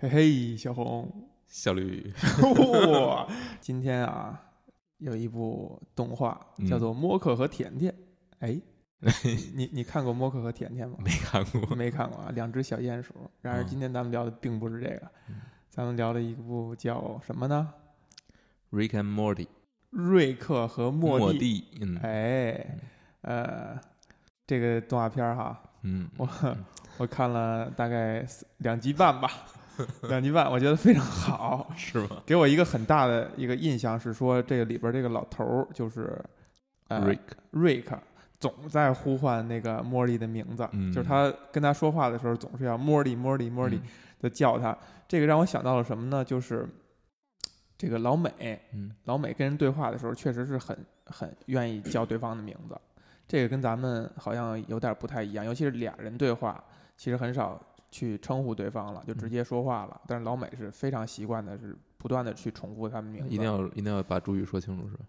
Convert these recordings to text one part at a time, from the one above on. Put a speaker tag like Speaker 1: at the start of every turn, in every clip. Speaker 1: 嘿嘿，小红，
Speaker 2: 小绿，
Speaker 1: 哇，今天啊有一部动画
Speaker 2: 嗯
Speaker 1: 叫做《摸克和甜甜》。 哎，你你看过《摸克和甜甜》吗？
Speaker 2: 没看过，
Speaker 1: 没看过啊，两只小鼹鼠。然而
Speaker 2: 嗯
Speaker 1: 今天咱们聊的并不是这个，
Speaker 2: 嗯
Speaker 1: 咱们聊的一部叫什么呢？
Speaker 2: Rick and Morty，
Speaker 1: 瑞克和莫蒂。
Speaker 2: 莫蒂，嗯
Speaker 1: 哎，呃，这个动画片儿哈，
Speaker 2: 嗯，
Speaker 1: 我我看了大概四两集半 吧，两集半，我觉得非常好。
Speaker 2: 是吗
Speaker 1: 给我一个很大的一个印象是说，这个里边这个老头儿就是，呃，
Speaker 2: ？Rick，
Speaker 1: 瑞克总在呼唤那个莫莉的名字，
Speaker 2: 嗯
Speaker 1: 就是他跟他说话的时候总是要莫莉莫莉莫莉
Speaker 2: 嗯
Speaker 1: 的叫他。这个让我想到了什么呢？就是这个老美，
Speaker 2: 嗯，
Speaker 1: 老美跟人对话的时候，确实是很很愿意叫对方的名字，这个跟咱们好像有点不太一样，尤其是俩人对话，其实很少去称呼对方了，就
Speaker 2: 嗯
Speaker 1: 直接说话了。但是老美是非常习惯的，是不断的去重复他们名字。
Speaker 2: 嗯一定要一定要把主语说清楚，是吧？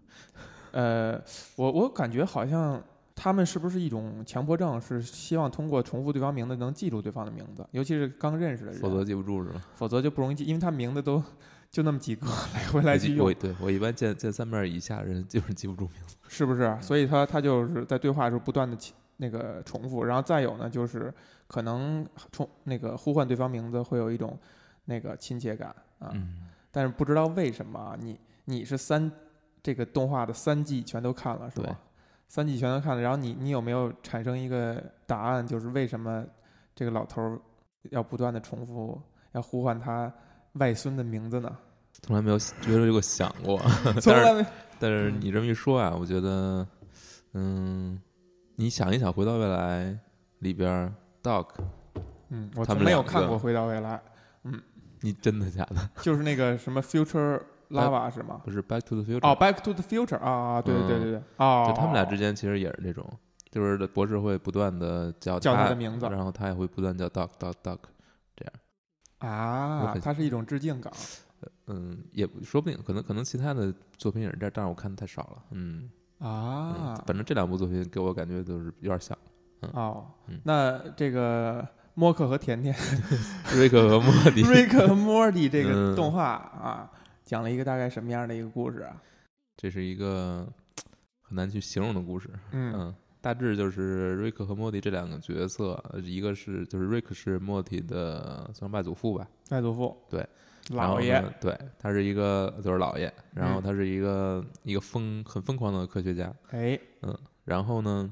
Speaker 1: 呃，我我感觉好像他们是不是一种强迫症，是希望通过重复对方名字能记住对方的名字，尤其是啊刚认识的人，
Speaker 2: 否则记不住是吧？
Speaker 1: 否则就不容易记，因为他名字都 就那么几个，来回
Speaker 2: 我
Speaker 1: 来去
Speaker 2: 记
Speaker 1: 用
Speaker 2: 我。对我一般见见三面以下人就是记不住名字，
Speaker 1: 是不
Speaker 2: 嗯
Speaker 1: 是？所以他他就是在对话的时候不断的那个重复，然后再有呢，就是可能重那个呼唤对方名字会有一种那个亲切感啊，
Speaker 2: 嗯，
Speaker 1: 但是不知道为什么啊你你是三这个动画的三季全都看了是
Speaker 2: 对
Speaker 1: 吧？三季全都看了，然后你你有没有产生一个答案，就是为什么这个老头儿要不断的重复要呼唤他外孙的名字 呢？
Speaker 2: 从来没有觉得有过想 过，
Speaker 1: 从来没
Speaker 2: 但是
Speaker 1: 嗯
Speaker 2: 你这么一说啊，我觉得，嗯，你想一想，回到未来里边儿，Doc，
Speaker 1: 嗯，我
Speaker 2: 他
Speaker 1: 从
Speaker 2: 们
Speaker 1: 没有
Speaker 2: 两
Speaker 1: 看
Speaker 2: 个
Speaker 1: 过《回到未来》。
Speaker 2: 你真的假 的？
Speaker 1: 就是那个什么 Future Lava 是吗？
Speaker 2: 不是 Back to the Future，嗯
Speaker 1: 哦，Back to the Future 啊啊，对对对对对，哦，
Speaker 2: 就他们俩之
Speaker 1: 哦
Speaker 2: 间其实也是这种，就是博士会不断的叫
Speaker 1: 叫
Speaker 2: 他
Speaker 1: 他的名字
Speaker 2: 然后他也会不断叫 Doc Doc Doc，我
Speaker 1: 啊，
Speaker 2: 很
Speaker 1: 它是一种致敬梗，
Speaker 2: 嗯，也不说不定可能可能其他的作品也是这样，但是我看的太少了，嗯
Speaker 1: 啊
Speaker 2: 嗯，反正这两部作品给我感觉都是有点像
Speaker 1: 哦
Speaker 2: 嗯，
Speaker 1: 那这个默克和甜 甜
Speaker 2: 瑞克和莫 蒂。
Speaker 1: Rick and Morty 这个
Speaker 2: 嗯
Speaker 1: 动画啊，讲了一个大概什么样的一个故事啊？
Speaker 2: 这是一个很难去形容的故事，
Speaker 1: 嗯
Speaker 2: 嗯，大致就是瑞克和莫蒂这两个角色，呃一个是就是瑞克是莫蒂的算是外祖父吧，
Speaker 1: 外祖父
Speaker 2: 对然后
Speaker 1: 姥爷
Speaker 2: 呢，对，他是一个就是姥爷，然后
Speaker 1: 嗯
Speaker 2: 他是一个、一个疯很疯狂的科学家，
Speaker 1: 哎
Speaker 2: 然后呢，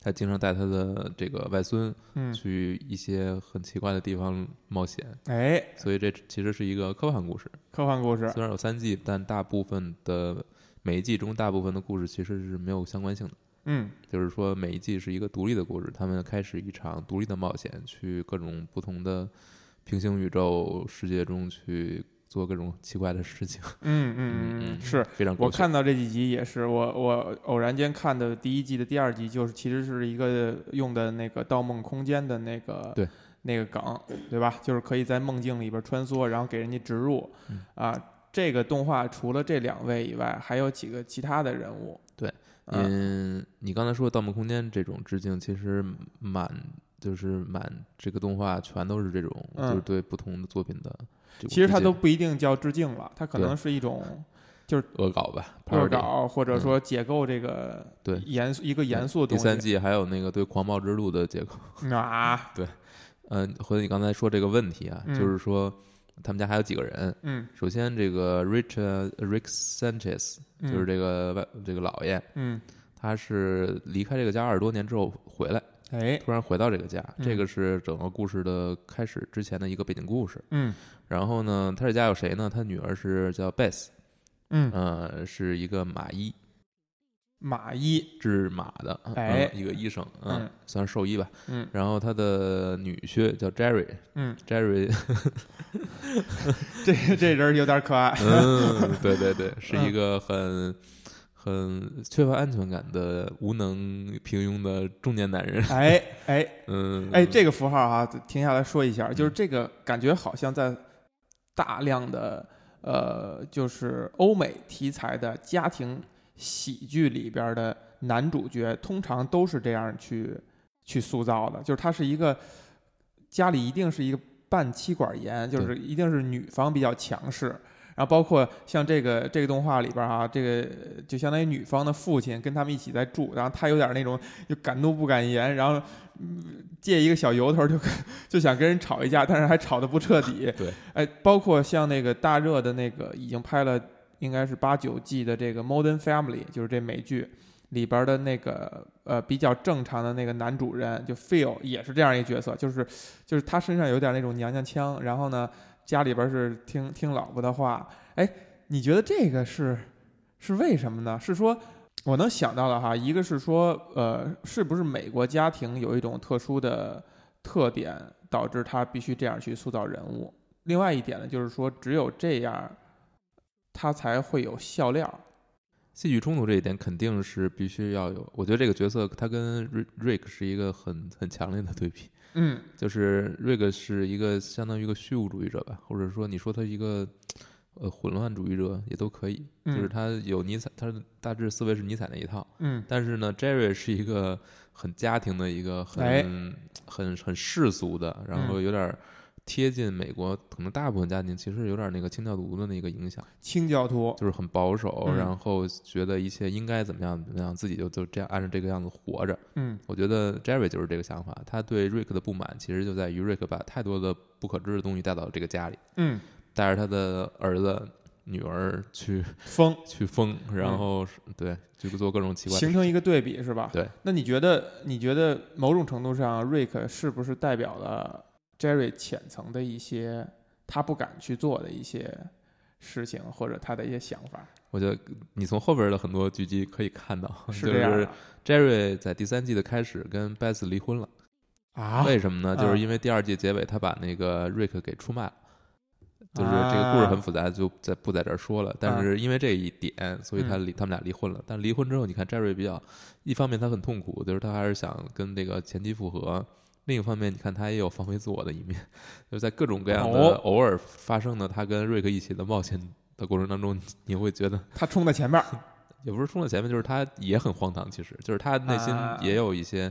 Speaker 2: 他经常带他的这个外孙
Speaker 1: 嗯
Speaker 2: 去一些很奇怪的地方冒险，
Speaker 1: 哎，
Speaker 2: 所以这其实是一个科幻故事。
Speaker 1: 科幻故事
Speaker 2: 虽然有三季，但大部分的每一季中大部分的故事其实是没有相关性的，
Speaker 1: 嗯
Speaker 2: 就是说每一季是一个独立的故事，他们开始一场独立的冒险，去各种不同的平行宇宙世界中去做各种奇怪的事情。
Speaker 1: 嗯嗯嗯
Speaker 2: 嗯
Speaker 1: 是。
Speaker 2: 非常
Speaker 1: 我
Speaker 2: 狗血
Speaker 1: 看到这几集也是，我我偶然间看的第一季的第二集，就是其实是一个用的那个《盗梦空间》的那个
Speaker 2: 对
Speaker 1: 那个梗，对吧？就是可以在梦境里边穿梭，然后给人家植入、
Speaker 2: 嗯
Speaker 1: 啊。这个动画除了这两位以外，还有几个其他的人物。
Speaker 2: 对
Speaker 1: 嗯，
Speaker 2: 嗯，你刚才说《盗梦空间》这种致敬，其实满就是满这个动画全都是这种，
Speaker 1: 嗯
Speaker 2: 就是对不同的作品的这种致敬。
Speaker 1: 其实它都不一定叫致敬了，它可能是一种
Speaker 2: 恶搞吧，
Speaker 1: 恶
Speaker 2: parody。嗯
Speaker 1: 搞，或者说解构这个
Speaker 2: 对
Speaker 1: 严肃一个严肃的
Speaker 2: 第
Speaker 1: 东西。
Speaker 2: 三季还有那个对《狂暴之路》的结构。
Speaker 1: 嗯啊，
Speaker 2: 嗯，回到你刚才说这个问题啊，
Speaker 1: 嗯
Speaker 2: 就是说他们家还有几个人。
Speaker 1: 嗯
Speaker 2: 首先，这个 Rich 呃 Rick Sanchez
Speaker 1: 嗯，
Speaker 2: 就是这个外、这个老爷，
Speaker 1: 嗯，
Speaker 2: 他是离开这个家二十多年之后回来，
Speaker 1: 哎，
Speaker 2: 突然回到这个家，
Speaker 1: 嗯
Speaker 2: 这个是整个故事的开始之前的一个背景故事。
Speaker 1: 嗯
Speaker 2: 然后呢，他这家有谁呢？他女儿是叫 Beth，
Speaker 1: 嗯，
Speaker 2: 呃，是一个马医
Speaker 1: 马一，
Speaker 2: 治马的，嗯
Speaker 1: 哎
Speaker 2: 一个医生，
Speaker 1: 嗯
Speaker 2: 算是兽医吧。
Speaker 1: 嗯
Speaker 2: 然后他的女婿叫 Jerry，Jerry，
Speaker 1: 嗯。这这人儿有点可爱。
Speaker 2: 嗯，对对对，是一个很很缺乏安全感的无能平庸的中年男人。
Speaker 1: 哎哎
Speaker 2: 嗯，
Speaker 1: 哎，这个符号啊，停下来说一下，就是这个感觉好像在大量的呃，就是欧美题材的家庭喜剧里边的男主角，通常都是这样去去塑造的，就是他是一个家里一定是一个。半妻管严，就是一定是女方比较强势。然后包括像这个这个动画里边儿哈、这个就相当于女方的父亲跟他们一起在住，然后他有点那种就敢怒不敢言，然后、嗯借一个小由头儿就跟就想跟人吵一架，但是还吵得不彻底。
Speaker 2: 对，
Speaker 1: 哎，包括像那个大热的那个已经拍了应该是八九季的这个《Modern Family》，就是这美剧里边儿的那个呃比较正常的那个男主人，就 Phil 也是这样一个角色，就是就是他身上有点那种娘娘腔，然后呢家里边儿是听听老婆的话。哎，你觉得这个是是为什么呢？是说我能想到的哈，一个是说呃是不是美国家庭有一种特殊的特点，导致他必须这样去塑造人物。另外一点呢，就是说只有这样，他才会有笑料。
Speaker 2: 戏剧冲突这一点肯定是必须要有。我觉得这个角色他跟 Rick- Rick 是一个很很强烈的对比，
Speaker 1: 嗯，
Speaker 2: 就是 Rick 是一个相当于一个虚无主义者吧，或者说你说他一个呃混乱主义者也都可以，就
Speaker 1: 嗯
Speaker 2: 是他有尼采，他的大致思维是尼采那一套。
Speaker 1: 嗯
Speaker 2: 但是呢，Jerry 是一个很家庭的一个很、
Speaker 1: 哎嗯
Speaker 2: 很很世俗的，然后有点儿贴近美国，可能大部分家庭其实有点儿那个清教徒的那个影响，
Speaker 1: 清教徒，
Speaker 2: 就是很保守，
Speaker 1: 嗯
Speaker 2: 然后觉得一切应该怎么样怎么样，自己就就这样按照这个样子活着。
Speaker 1: 嗯
Speaker 2: 我觉得 Jerry 就是这个想法，他对 Rick 的不满其实就在于 Rick 把太多的不可知的东西带到这个家里，
Speaker 1: 嗯，
Speaker 2: 带着他的儿子。女儿去
Speaker 1: 风
Speaker 2: 去疯，然
Speaker 1: 嗯
Speaker 2: 后是、对去做各种奇怪的
Speaker 1: 形成一个对比是吧？
Speaker 2: 对。
Speaker 1: 那你觉得，你觉得某种程度上，Rick 是不是代表了 Jerry 浅层的一些他不敢去做的一些事情，或者他的一些想法？
Speaker 2: 我觉得你从后边的很多剧集可以看到，
Speaker 1: 是这样
Speaker 2: 就
Speaker 1: 的、
Speaker 2: 是 Jerry 在第三季的开始跟 Beth 离婚了，
Speaker 1: 啊？
Speaker 2: 为什么呢？
Speaker 1: 啊
Speaker 2: 就是因为第二季结尾他把那个 Rick 给出卖了，就是这个故事很复杂，就在不在这儿说了。
Speaker 1: 啊
Speaker 2: 但是因为这一点，所以他
Speaker 1: 嗯
Speaker 2: 离他们俩离婚了。但离婚之后，你看 Jerry 比较，一方面他很痛苦，就是他还是想跟这个前妻复合。另一方面，你看他也有放飞自我的一面，就是在各种各样的
Speaker 1: 哦
Speaker 2: 偶尔发生的他跟瑞克一起的冒险的过程当中，你会觉得
Speaker 1: 他冲在前面儿，
Speaker 2: 也不是冲在前面，就是他也很荒唐，其实就是他内心
Speaker 1: 啊
Speaker 2: 也有一些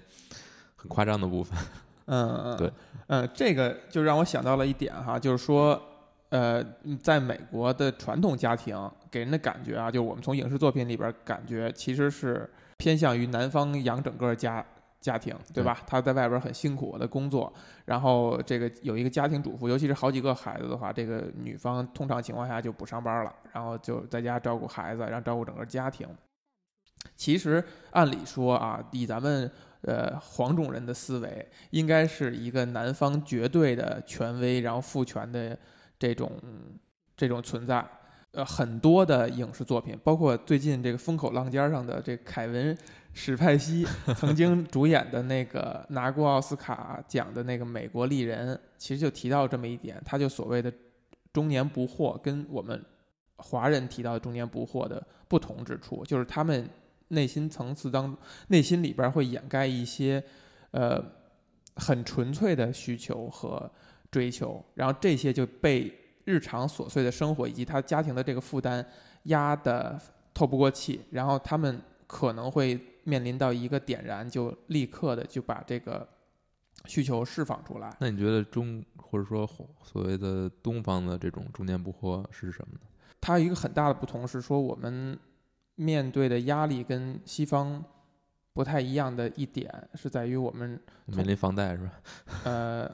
Speaker 2: 很夸张的部分。
Speaker 1: 嗯嗯，
Speaker 2: 对，
Speaker 1: 嗯，这个就让我想到了一点哈，就是说，呃，嗯在美国的传统家庭给人的感觉啊，就我们从影视作品里边感觉其实是偏向于男方养整个家家庭，对吧？他在外边很辛苦的工作，然后这个有一个家庭主妇，尤其是好几个孩子的话，这个女方通常情况下就不上班了，然后就在家照顾孩子，然后照顾整个家庭。其实按理说啊，以咱们呃黄种人的思维，应该是一个男方绝对的权威，然后父权的这种这种存在。呃，很多的影视作品，包括最近这个风口浪尖上的这凯文·史派西曾经主演的那个拿过奥斯卡奖的那个《美国丽人》，其实就提到这么一点，他就所谓的中年不惑，跟我们华人提到的中年不惑的不同之处，就是他们内心层次当内心里边会掩盖一些呃很纯粹的需求和追求，然后这些就被日常琐碎的生活以及他家庭的这个负担压得透不过气，然后他们可能会面临到一个点燃，就立刻的就把这个需求释放出来。
Speaker 2: 那你觉得中或者说所谓的东方的这种中年不惑是什么呢？
Speaker 1: 它有一个很大的不同是说，我们面对的压力跟西方不太一样的一点是在于我们
Speaker 2: 面临房贷是吧？
Speaker 1: 呃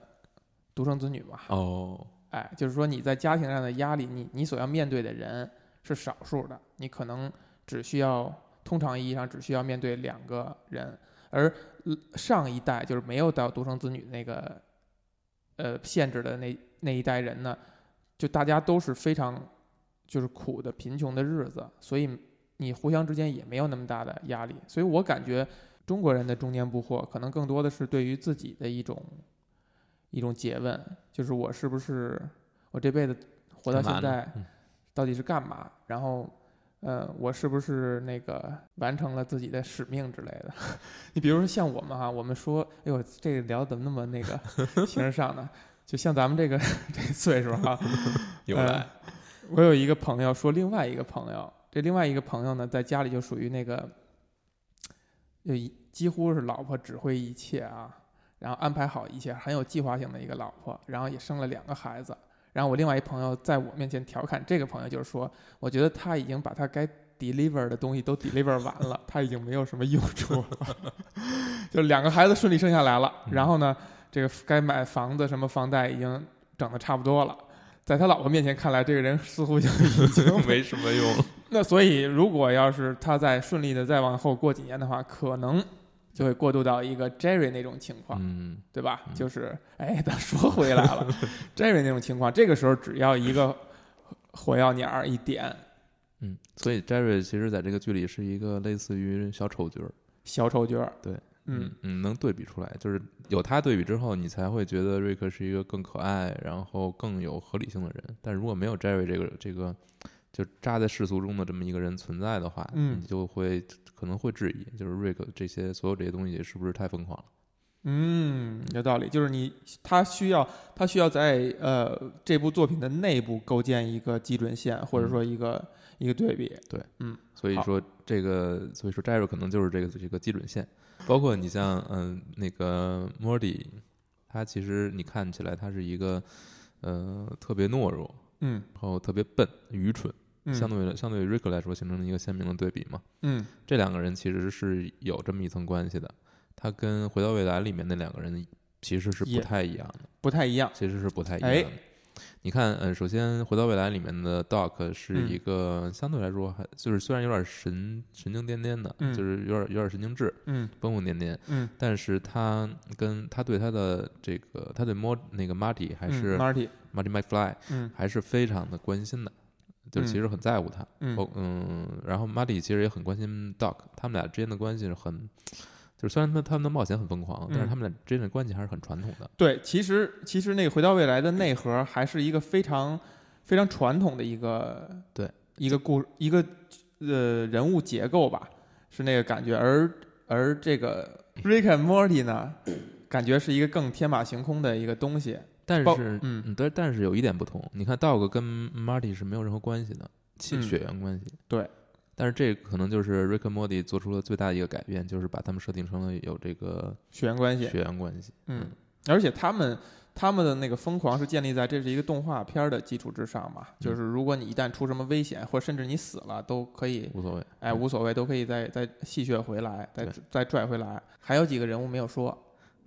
Speaker 1: 独生子女嘛，
Speaker 2: 哦，
Speaker 1: 哎，就是说你在家庭上的压力，你你所要面对的人是少数的，你可能只需要通常意义上只需要面对两个人，而呃上一代就是没有到独生子女那个呃限制的那那一代人呢，就大家都是非常就是苦的贫穷的日子，所以你互相之间也没有那么大的压力，所以我感觉中国人的中年不惑可能更多的是对于自己的一种一种诘问，就是我是不是我这辈子活到
Speaker 2: 干嘛
Speaker 1: 现
Speaker 2: 呢
Speaker 1: 在
Speaker 2: 嗯
Speaker 1: 到底是干嘛？然后，呃，我是不是那个完成了自己的使命之类的？ 你比如说像我们哈、我们说，哎呦，这个聊得怎么那么那个形而上呢？ 就像咱们这个 这个岁数哈、
Speaker 2: 有 来、
Speaker 1: 呃我有一个朋友说，另外一个朋友，这另外一个朋友呢，在家里就属于那个，就一几乎是老婆指挥一切啊，然后安排好一切，很有计划性的一个老婆，然后也生了两个孩子。然后我另外一朋友在我面前调侃这个朋友，就是说，我觉得他已经把他该 deliver 的东西都 deliver 完了，他已经没有什么用处了。 就两个孩子顺利生下来了，
Speaker 2: 嗯
Speaker 1: 然后呢，这个该买房子什么房贷已经整的差不多了，在他老婆面前看来，这个人似 乎就已经
Speaker 2: 没什么用。
Speaker 1: 那所以，如果要是他再顺利的再往后过几年的话，可能就会过渡到一个 Jerry 那种情况。
Speaker 2: 嗯，
Speaker 1: 对吧？
Speaker 2: 嗯
Speaker 1: 就是，哎，咱说回来 了，Jerry 那种情况，这个时候只要一个火药鸟儿一点，
Speaker 2: 嗯，所以 Jerry 其实在这个剧里是一个类似于小丑角儿，
Speaker 1: 小丑角儿，
Speaker 2: 对，
Speaker 1: 嗯，
Speaker 2: 嗯，能对比出来，就是有他对比之后，你才会觉得瑞克是一个更可爱，然后更有合理性的人。但如果没有 Jerry 这个这个就扎在世俗中的这么一个人存在的话，
Speaker 1: 嗯
Speaker 2: 你就会可能会质疑，就是瑞克这些所有这些东西是不是太疯狂了？
Speaker 1: 嗯，有道理，就是你他需要他需要在呃这部作品的内部构建一个基准线，
Speaker 2: 嗯
Speaker 1: 或者说一个、一个对比，
Speaker 2: 所以
Speaker 1: 好
Speaker 2: 说这个，所以说 Jerry 可能就是这个这个基准线，包括你像嗯、那个 Morty，他其实你看起来他是一个呃特别懦弱，
Speaker 1: 嗯
Speaker 2: 然后特别笨、愚蠢，
Speaker 1: 嗯，
Speaker 2: 相对于相对于 Rick 来说形成了一个鲜明的对比嘛。
Speaker 1: 嗯
Speaker 2: 这两个人其实是有这么一层关系的，他跟《回到未来》里面那两个人其实是不
Speaker 1: 也
Speaker 2: 太一样的，
Speaker 1: 不太一样，
Speaker 2: 其实是不太一样
Speaker 1: 哎
Speaker 2: 的。你看，嗯，首先《回到未来》里面的 Doc 是
Speaker 1: 嗯
Speaker 2: 一个相对来说还就是虽然有点神神经癫癫的，
Speaker 1: 嗯
Speaker 2: 就是有点有点神经质，
Speaker 1: 嗯
Speaker 2: 疯疯癫癫，
Speaker 1: 嗯，
Speaker 2: 但是他跟他对他的这个他对 Mo 那个 Marty 还是
Speaker 1: 嗯 Marty，
Speaker 2: Marty McFly
Speaker 1: 嗯
Speaker 2: 还是非常的关心的，就是其
Speaker 1: 嗯
Speaker 2: 实很在乎他。
Speaker 1: 嗯
Speaker 2: 哦，嗯，然后 Marty 其实也很关心 Doc，他们俩之间的关系是很，就是虽然他他们的冒险很疯狂，但是
Speaker 1: 嗯
Speaker 2: 他们俩之间的关系还是很传统的。
Speaker 1: 对，其实其实那个《回到未来》的内核还是一个非常非常传统的一个
Speaker 2: 对
Speaker 1: 一个故一个呃人物结构吧，是那个感觉。而而这 个 Rick and Morty 呢，感觉是一个更天马行空的一个东西。
Speaker 2: 但
Speaker 1: 包
Speaker 2: 是，
Speaker 1: 嗯，
Speaker 2: 嗯，但但是有一点不同，你看 Doc 跟 Marty 是没有任何关系的，亲
Speaker 1: 嗯
Speaker 2: 血缘关系。
Speaker 1: 对。
Speaker 2: 但是这可能就是 Rick and Morty 做出了最大的一个改变，就是把他们设定成了有这个
Speaker 1: 血缘关系。
Speaker 2: 血缘关系。
Speaker 1: 嗯，而且他们他们的那个疯狂是建立在这是一个动画片儿的基础之上
Speaker 2: 嗯
Speaker 1: 嘛，就是如果你一旦出什么危险，或甚至你死了，都可以
Speaker 2: 无所谓。
Speaker 1: 哎，
Speaker 2: 嗯
Speaker 1: 无所谓，都可以再再戏谑回来，再
Speaker 2: 对
Speaker 1: 再拽回来。还有几个人物没有说，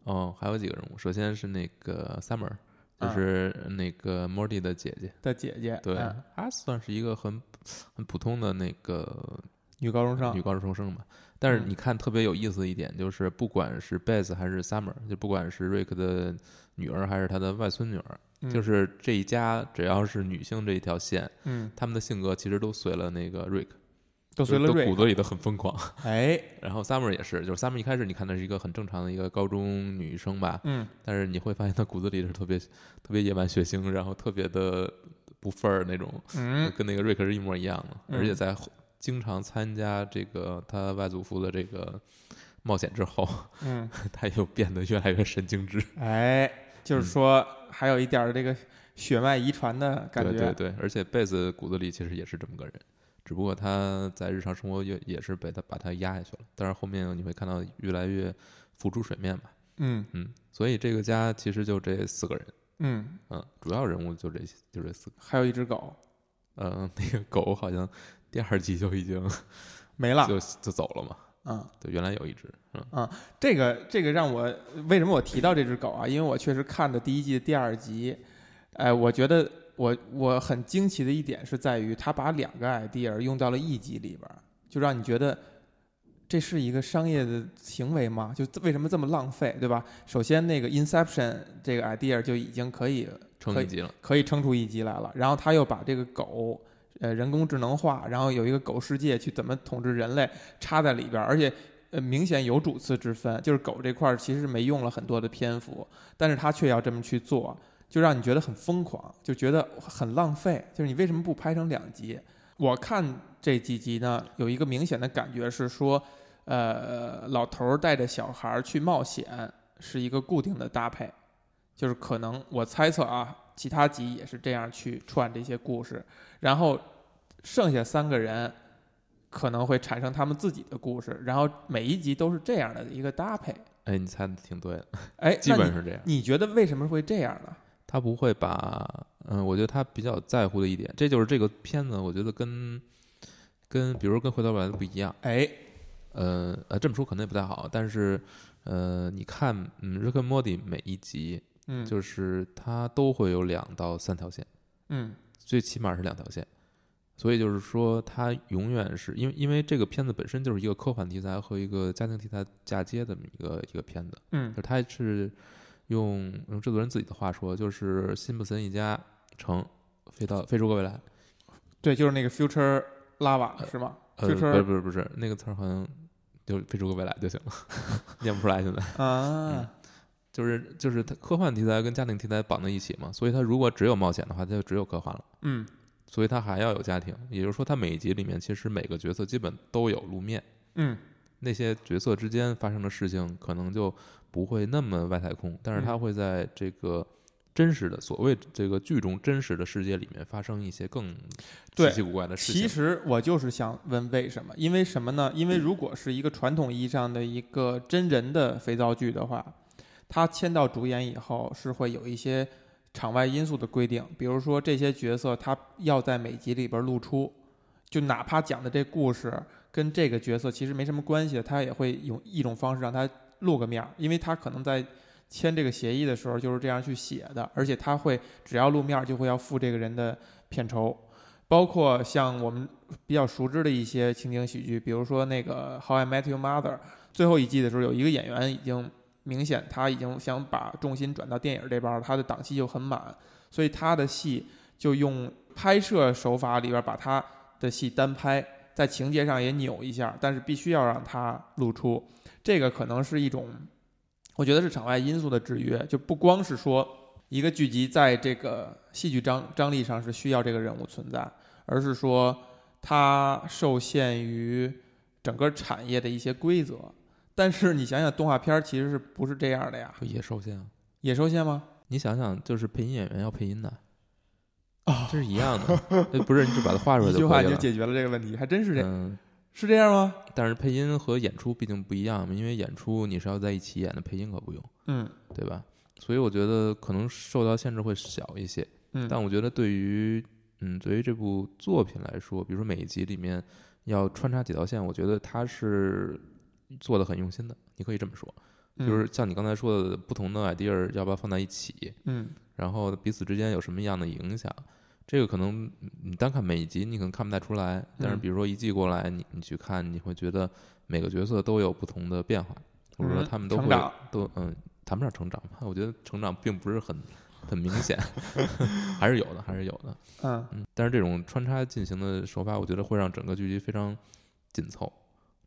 Speaker 2: 哦，还有几个人物，首先是那个 Summer，就
Speaker 1: 啊
Speaker 2: 是那个 Morty 的姐姐。
Speaker 1: 的姐姐，
Speaker 2: 对
Speaker 1: 嗯，
Speaker 2: 她算是一个很很普通的那个
Speaker 1: 女高中
Speaker 2: 女
Speaker 1: 生，
Speaker 2: 高中生嘛。但是
Speaker 1: 啊嗯
Speaker 2: 你看特别有意思的一点，就是不管是 Beth 还是 Summer，就不管是瑞克的女儿还是他的外孙女儿，
Speaker 1: 嗯
Speaker 2: 就是这一家只要是女性这一条线，
Speaker 1: 嗯，
Speaker 2: 她们的性格其实都随了那个瑞克，
Speaker 1: 都
Speaker 2: 都
Speaker 1: 随了
Speaker 2: 都骨
Speaker 1: 瑞，
Speaker 2: 子里都很疯狂。
Speaker 1: 哎，
Speaker 2: 然后 Summer 也是，就是 Summer 一开始你看她是一个很正常的一个高中女生吧，
Speaker 1: 嗯，
Speaker 2: 但是你会发现她骨子里是特别特别野蛮血腥，然后特别的不分儿那种。
Speaker 1: 嗯，
Speaker 2: 跟那个瑞克是一模一样的，
Speaker 1: 嗯
Speaker 2: 而且在后经常参加这个他外祖父的这个冒险之后，
Speaker 1: 嗯，
Speaker 2: 他又变得越来越神经质。
Speaker 1: 哎，就是
Speaker 2: 嗯
Speaker 1: 说还有一点儿这个血脉遗传的感
Speaker 2: 对对
Speaker 1: 觉，
Speaker 2: 对，而且贝斯骨子里其实也是这么个人，只不过他在日常生活也也是被他把他压下去了。但是后面你会看到越来越浮出水面吧，
Speaker 1: 嗯
Speaker 2: 嗯，所以这个家其实就这四个人，
Speaker 1: 嗯，
Speaker 2: 嗯，主要人物就这些，就这四个。
Speaker 1: 还有一只狗
Speaker 2: 嗯，那个狗好像第二集就已经
Speaker 1: 没了，
Speaker 2: 就就走了嘛，
Speaker 1: 嗯，
Speaker 2: 对，原来有一只，嗯
Speaker 1: 这个这个让我为什么我提到这只狗啊？因为我确实看的第一季的第二集，哎，我觉得我我很惊奇的一点是在于他把两个 idea 用到了一集里边儿，就让你觉得这是一个商业的行为吗？就为什么这么浪费，对吧？首先那个 Inception 这个 idea 就已经可以
Speaker 2: 成
Speaker 1: 可
Speaker 2: 一
Speaker 1: 以
Speaker 2: 集了。
Speaker 1: 可以撑出一集来了。然后他又把这个狗，呃，人工智能化，然后有一个狗世界去怎么统治人类插在里边儿，而且呃明显有主次之分，就是狗这块儿其实没用了很多的篇幅，但是他却要这么去做，就让你觉得很疯狂，就觉得很浪费，就是你为什么不拍成两集？我看这几集呢，有一个明显的感觉是说，呃，老头儿带着小孩儿去冒险是一个固定的搭配，就是可能我猜测啊，其他集也是这样去串这些故事，然后剩下三个人可能会产生他们自己的故事，然后每一集都是这样的一个搭配，
Speaker 2: 哎，你猜的挺对 的，
Speaker 1: 哎，
Speaker 2: 基
Speaker 1: 那
Speaker 2: 本
Speaker 1: 你
Speaker 2: 是这样。
Speaker 1: 你觉得为什么会这样呢？
Speaker 2: 他不会把，嗯，我觉得他比较在乎的一点，这就是这个片子，我觉得跟跟比如跟《回到未来》不一样。
Speaker 1: 哎，
Speaker 2: 呃呃，这么说可能也不太好，但是呃，你看，嗯，《Rick and Morty》每一集，
Speaker 1: 嗯，
Speaker 2: 就是它都会有两到三条线，
Speaker 1: 嗯
Speaker 2: 最起码是两条线。所以就是说，它永远是因为因为这个片子本身就是一个科幻题材和一个家庭题材嫁接的这么一个一个片子，
Speaker 1: 嗯
Speaker 2: 就是它是用用制作人自己的话说，就是辛普森一家成飞到飞出个未来，
Speaker 1: 对，就是那个 future lava 是 吗
Speaker 2: 呃，不是
Speaker 1: ？future
Speaker 2: 不是不是那个词儿好像就飞出个未来就行了， 念不出来现在。
Speaker 1: 啊，
Speaker 2: 就是就是它科幻题材跟家庭题材绑在一起嘛，所以它如果只有冒险的话，它就只有科幻了，
Speaker 1: 嗯
Speaker 2: 所以它还要有家庭，也就是说，它每一集里面其实每个角色基本都有露面，
Speaker 1: 嗯
Speaker 2: 那些角色之间发生的事情可能就不会那么外太空，但是它
Speaker 1: 嗯
Speaker 2: 会在这个真实的所谓这个剧中真实的世界里面发生一些更
Speaker 1: 对
Speaker 2: 稀奇古怪的事情。
Speaker 1: 其实我就是想问为什么？因为什么呢？因为如果是一个传统意义上的一个真人的肥皂剧的话，它签到主演以后是会有一些场外因素的规定，比如说这些角色他要在每集里边露出，就哪怕讲的这故事跟这个角色其实没什么关系，他也会有一种方式让他露个面儿，因为他可能在。签这个协议的时候就是这样去写的，而且他会只要露面儿就会要付这个人的片酬，包括像我们比较熟知的一些情景喜剧，比如说那个《How I Met Your Mother》，最后一季的时候有一个演员已经明显他已经想把重心转到电影这边儿，他的档期就很满，所以他的戏就用拍摄手法里边儿把他的戏单拍，在情节上也扭一下，但是必须要让他露出，这个可能是一种，我觉得是场外因素的制约，就不光是说。一个剧集在这个戏剧张张力上是需要这个人物存在，而是说它受限于整个产业的一些规则。但是你想想，动画片儿其实是不是这样的呀？
Speaker 2: 也受限啊，
Speaker 1: 也受限吗？
Speaker 2: 你想想，就是配音演员要配音的，
Speaker 1: 啊
Speaker 2: 这是一样的，哎不是你就把它画出来
Speaker 1: 一句
Speaker 2: 就
Speaker 1: 话你
Speaker 2: 可以
Speaker 1: 就
Speaker 2: 了。
Speaker 1: 解决了这个问题，还真是这、
Speaker 2: 嗯，
Speaker 1: 是这样吗？
Speaker 2: 但是配音和演出毕竟不一样嘛，因为演出你是要在一起演的，配音可不用，
Speaker 1: 嗯
Speaker 2: 对吧？所以我觉得可能受到限制会小一些，
Speaker 1: 嗯，
Speaker 2: 但我觉得对于嗯，对于这部作品来说，比如说每一集里面要穿插几条线，我觉得它是做的很用心的，你可以这么说，
Speaker 1: 嗯
Speaker 2: 就是像你刚才说的，不同的 idea 要不要放在一起，
Speaker 1: 嗯
Speaker 2: 然后彼此之间有什么样的影响。这个可能嗯你单看每一集，你可能看不太出来，但是
Speaker 1: 嗯
Speaker 2: 比如说一季过来，你你去看，你会觉得每个角色都有不同的变化，或者说
Speaker 1: 嗯
Speaker 2: 他们都
Speaker 1: 成
Speaker 2: 会
Speaker 1: 长
Speaker 2: 都嗯谈不上成长吧，我觉得成长并不是很很明显， 还是有的，还是有的，
Speaker 1: 嗯
Speaker 2: 嗯，但是这种穿插进行的手法，我觉得会让整个剧集非常紧凑。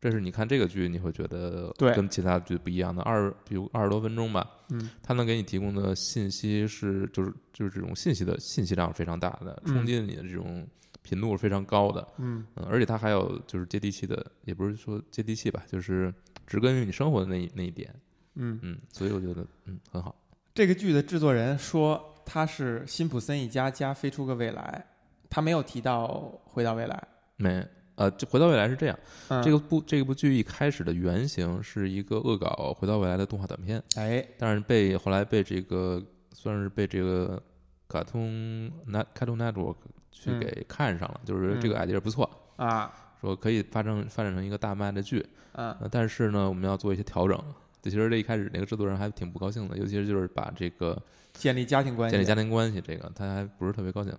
Speaker 2: 这是你看这个剧，你会觉得
Speaker 1: 对
Speaker 2: 跟其他剧不一样的二，比如二十多分钟吧，
Speaker 1: 嗯
Speaker 2: 它能给你提供的信息是，就是就是这种信息的信息量是非常大的，
Speaker 1: 嗯
Speaker 2: 冲击你的这种频度是非常高的，
Speaker 1: 嗯
Speaker 2: 嗯，而且它还有就是接地气的，也不是说接地气吧，就是植根于你生活的那一那一点，
Speaker 1: 嗯，
Speaker 2: 嗯，所以我觉得嗯很好，
Speaker 1: 这个剧的制作人说他是辛普森一家加飞出个未来，他没有提到回到未来。
Speaker 2: 没呃，这回到未来是这样，
Speaker 1: 嗯、
Speaker 2: 这个部这部剧一开始的原型是一个恶搞《回到未来》的动画短片，
Speaker 1: 哎
Speaker 2: 但是被后来被这个算是被这个卡通 net Cartoon Network 去
Speaker 1: 嗯
Speaker 2: 给看上了，就是这个 idea 不错。
Speaker 1: 啊
Speaker 2: 说可以发展发展成一个大卖的剧，
Speaker 1: 嗯
Speaker 2: 呃，但是呢，我们要做一些调整。其实这一开始那个制作人还挺不高兴的，尤其是就是把这个
Speaker 1: 建立家庭关系
Speaker 2: 建立家庭关系这个，他还不是特别高兴。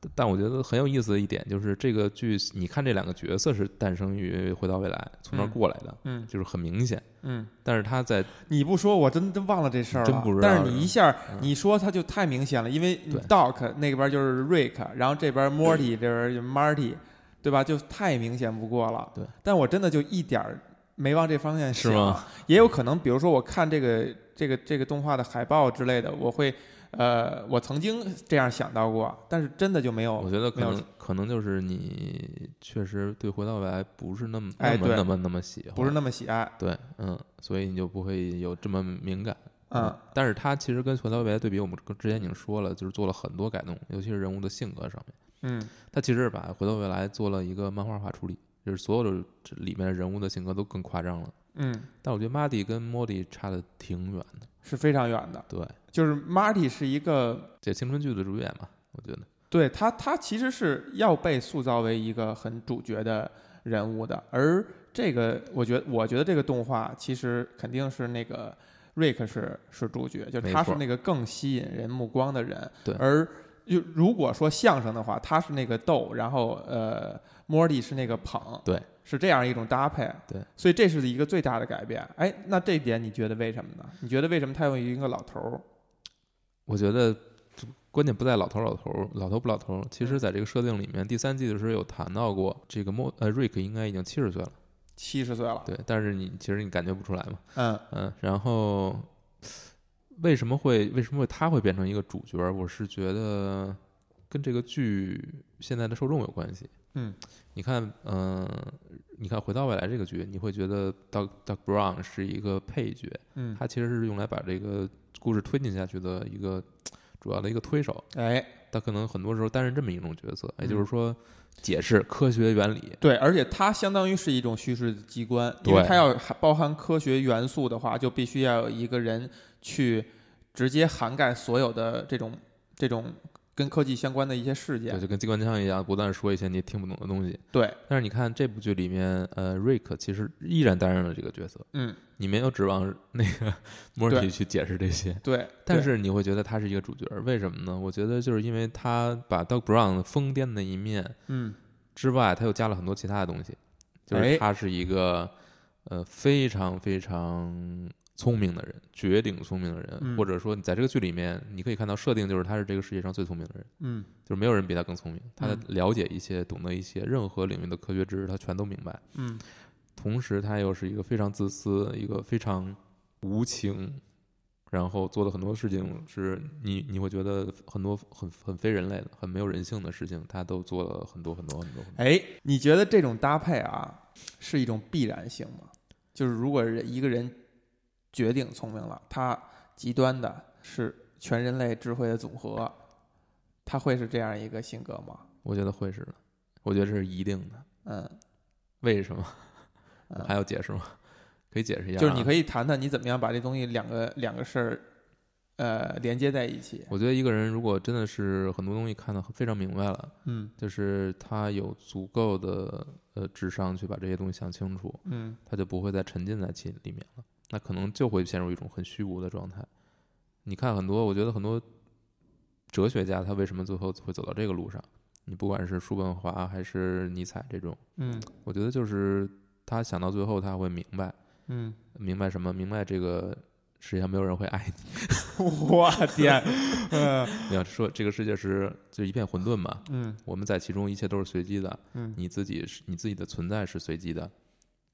Speaker 2: 但但我觉得很有意思的一点就是，这个剧你看这两个角色是诞生于《回到未来》，从那儿
Speaker 1: 嗯
Speaker 2: 过来的，
Speaker 1: 嗯
Speaker 2: 就是很明显。
Speaker 1: 嗯。
Speaker 2: 但是他在
Speaker 1: 你不说，我真真忘了这事儿了。
Speaker 2: 真不知道
Speaker 1: 但是你一下
Speaker 2: 嗯
Speaker 1: 你说，它就太明显了，因为你
Speaker 2: 对
Speaker 1: Doc 那边就是 Rick，然后这边 Morty 这边就 Marty，对吧？就太明显不过了。
Speaker 2: 对，
Speaker 1: 但我真的就一点儿没往这方面
Speaker 2: 是
Speaker 1: 想。
Speaker 2: 吗？
Speaker 1: 也有可能，比如说我看这个这个这个动画的海报之类的，我会呃，我曾经这样想到过，但是真的就没
Speaker 2: 我
Speaker 1: 有。
Speaker 2: 觉得
Speaker 1: 哦
Speaker 2: 可
Speaker 1: 没有
Speaker 2: 能可能就是你确实对《回到未来》不是那么
Speaker 1: 哎
Speaker 2: 那么
Speaker 1: 对
Speaker 2: 那么那么喜欢，
Speaker 1: 不是那么喜爱，
Speaker 2: 对，嗯，所以你就不会有这么敏感。
Speaker 1: 嗯，
Speaker 2: 但是它其实跟《回到未来》对比，我们之前已经说了，就是做了很多改动，尤其是人物的性格上面。
Speaker 1: 嗯
Speaker 2: 它其实把《回到未来》做了一个漫画化处理，就是所有的这里面的人物的性格都更夸张了。
Speaker 1: 嗯，
Speaker 2: 但我觉得 Muddy 跟 Muddy 差的挺远的。
Speaker 1: 是非常远的。
Speaker 2: 对，
Speaker 1: 就是 Marty 是一个，
Speaker 2: 这青春剧的主演嘛，我觉得
Speaker 1: 对他，他其实是要被塑造为一个很主角的人物的。而这个，我觉得，我觉得这个动画其实肯定是那个 Rick 是是主角，就
Speaker 2: 没
Speaker 1: 他
Speaker 2: 错
Speaker 1: 是那个更吸引人目光的人。
Speaker 2: 对
Speaker 1: 而就如果说相声的话，他是那个逗，然后呃，Morty 是那个捧，
Speaker 2: 对，
Speaker 1: 是这样一种搭配。啊
Speaker 2: 对，
Speaker 1: 所以这是一个最大的改变。哎，那这一点你觉得为什么呢？你觉得为什么他用一个老头儿？
Speaker 2: 我觉得关键不在老头儿老头儿老头儿不老头儿。其实，在这个设定里面，第三季的时候有谈到过，这个莫呃瑞克应该已经七十岁了，
Speaker 1: 七十岁了，
Speaker 2: 对，但是你其实你感觉不出来嘛，
Speaker 1: 嗯
Speaker 2: 嗯，然后为什么会为什么会他会变成一个主角儿？我是觉得跟这个剧现在的受众有关系。
Speaker 1: 嗯，
Speaker 2: 你看，嗯、你看《回到未来》这个剧，你会觉得 Doc Doc Brown 是一个配角，
Speaker 1: 嗯，
Speaker 2: 他其实是用来把这个故事推进下去的一个主要的一个推手。
Speaker 1: 哎，
Speaker 2: 他可能很多时候担任这么一种角色，也
Speaker 1: 嗯
Speaker 2: 就是说，解释科学原理。
Speaker 1: 对，而且它相当于是一种叙事的机关，因为
Speaker 2: 对
Speaker 1: 它要含包含科学元素的话，就必须要有一个人去直接涵盖所有的这种这种跟科技相关的一些事
Speaker 2: 对，
Speaker 1: 件。
Speaker 2: 就跟机关枪一样，不断说一些你听不懂的东西。
Speaker 1: 对，
Speaker 2: 但是你看这部剧里面，呃，瑞克其实依然担任了这个角色，
Speaker 1: 嗯，
Speaker 2: 你没有指望 那个莫
Speaker 1: 对
Speaker 2: 里去解释这些，
Speaker 1: 对，
Speaker 2: 但
Speaker 1: 对
Speaker 2: 是你会觉得他是一个主角，为什么呢？我觉得就是因为他把 Doc Brown 疯癫的一面
Speaker 1: 嗯，
Speaker 2: 之外，他又加了很多其他的东西，就是
Speaker 1: 哎
Speaker 2: 他是一个、呃非常非常聪明的人，绝顶聪明的人，
Speaker 1: 嗯
Speaker 2: 或者说你在这个剧里面，你可以看到设定就是他是这个世界上最聪明的人，
Speaker 1: 嗯，
Speaker 2: 就是没有人比他更聪明，他
Speaker 1: 嗯
Speaker 2: 了解一些、懂得一些任何领域的科学知识，他全都明白。
Speaker 1: 嗯，
Speaker 2: 同时他又是一个非常自私、一个非常无情，然后做的很多事情是你你会觉得很多很很非人类的、很没有人性的事情，他都做了很多很多很多很多。
Speaker 1: 哎，你觉得这种搭配啊，是一种必然性吗？就是如果人一个人绝顶聪明了，他极端的是全人类智慧的总和，他会是这样一个性格吗？
Speaker 2: 我觉得会是的，我觉得这是一定的。
Speaker 1: 嗯，
Speaker 2: 为什么？
Speaker 1: 嗯
Speaker 2: 还要解释吗？可以解释一下、啊
Speaker 1: 就是你
Speaker 2: 以，
Speaker 1: 可以谈谈你怎么样把这东西两个两个事儿，呃，连接在一起。
Speaker 2: 我觉得一个人如果真的是很多东西看得非常明白了，
Speaker 1: 嗯
Speaker 2: 就是他有足够的呃智商去把这些东西想清楚，
Speaker 1: 嗯
Speaker 2: 他就不会再沉浸在其里面了，那可能就会陷入一种很虚无的状态。你看很多，我觉得很多哲学家他为什么最后会走到这个路上？你不管是叔本华还是尼采这种，
Speaker 1: 嗯
Speaker 2: 我觉得就是他想到最后他会明白，
Speaker 1: 嗯，
Speaker 2: 明白什么？明白这个世界上没有人会爱你。
Speaker 1: 我天，嗯
Speaker 2: 你要说这个世界是就一片混沌嘛，
Speaker 1: 嗯
Speaker 2: 我们在其中一切都是随机的，
Speaker 1: 嗯，
Speaker 2: 你自己是你自己的存在是随机的，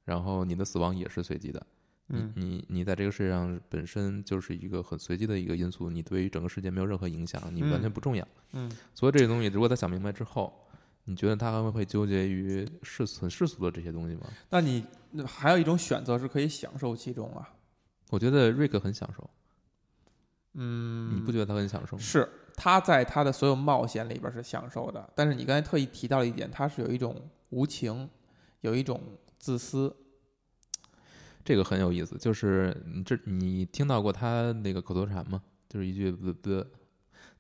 Speaker 2: 然后你的死亡也是随机的。你
Speaker 1: 嗯
Speaker 2: 你你在这个世界上本身就是一个很随机的一个因素，你对于整个世界没有任何影响，你完全
Speaker 1: 嗯
Speaker 2: 不重要。
Speaker 1: 嗯
Speaker 2: 所以这些东西，如果他想明白之后，你觉得他还会会纠结于世俗很世俗的这些东西吗？
Speaker 1: 那你那还有一种选择是可以享受其中啊。
Speaker 2: 我觉得瑞克很享受，
Speaker 1: 嗯，
Speaker 2: 你不觉得他很享受吗？
Speaker 1: 是他在他的所有冒险里边是享受的，但是你刚才特意提到了一点，他是有一种无情，有一种自私。
Speaker 2: 这个很有意思，就是你这你听到过他那个口头禅吗？就是一句不不，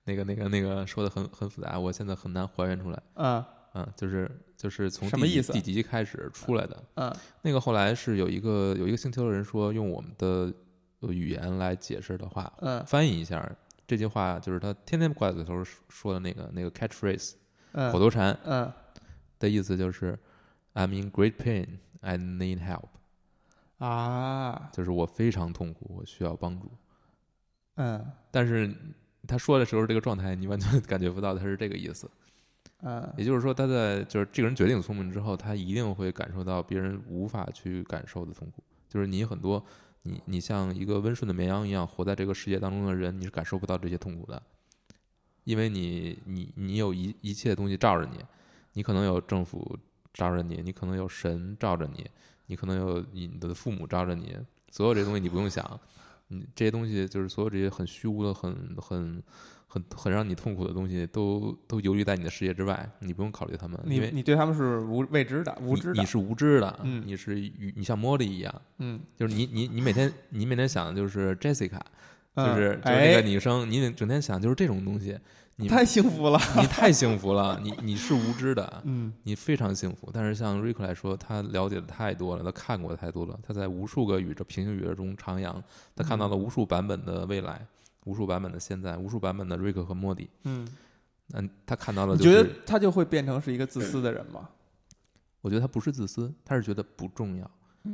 Speaker 2: 那个那个那个说的很很复杂，我现在很难还原出来。
Speaker 1: 嗯
Speaker 2: 嗯，就是就是从
Speaker 1: 什
Speaker 2: 第
Speaker 1: 么
Speaker 2: 几
Speaker 1: 意思啊
Speaker 2: 第几集开始出来的？
Speaker 1: 嗯
Speaker 2: 那个后来是有一个有一个星球的人说，用我们的呃语言来解释的话，
Speaker 1: 嗯
Speaker 2: 翻译一下这句话，就是他天天挂在嘴头说的那个那个 catchphrase 口
Speaker 1: 嗯
Speaker 2: 头禅
Speaker 1: 嗯，
Speaker 2: 的意思就是 "I'm in great pain, I need help"，
Speaker 1: 啊，
Speaker 2: 就是我非常痛苦，我需要帮助。
Speaker 1: 嗯
Speaker 2: 但是他说的时候这个状态，你完全 感觉不到他是这个意思。
Speaker 1: 嗯
Speaker 2: 也就是说，他在就是这个人决定聪明之后，他一定会感受到别人无法去感受的痛苦。就是你很多，你你像一个温顺的绵羊一样活在这个世界当中的人，你是感受不到这些痛苦的，因为你你你有一一切东西罩着你，你可能有政府罩着你，你可能有神罩着你，你可能有你的父母罩着你，所有这些东西你不用想，你这些东西就是所有这些很虚无的、很很很很让你痛苦的东西都都游离在你的视野之外，你不用考虑他们，
Speaker 1: 你
Speaker 2: 因为
Speaker 1: 你对他们是无未知的、无知
Speaker 2: 你
Speaker 1: 的
Speaker 2: 你，是无知的，
Speaker 1: 嗯
Speaker 2: 你是与你像茉莉一样，
Speaker 1: 嗯，
Speaker 2: 就是你你你每天你每天想的就是 Jessica，就
Speaker 1: 嗯
Speaker 2: 是就是那个
Speaker 1: 哎，
Speaker 2: 女生，你整天想就是这种东西，你
Speaker 1: 太幸福 了，
Speaker 2: 你太幸福了，你你是无知的，
Speaker 1: 嗯
Speaker 2: 你非常幸福。但是像瑞克来说，他了解的太多了，他看过的太多了，他在无数个宇宙平行宇宙中徜徉，他看到了无数版本的未来，无数版本的现在，无数版本的瑞克和莫蒂。
Speaker 1: 嗯，
Speaker 2: 嗯，他看到了、
Speaker 1: 你
Speaker 2: 就是，
Speaker 1: 觉得他就会变成是一个自私的人吗？
Speaker 2: 我觉得他不是自私，他是觉得不重要。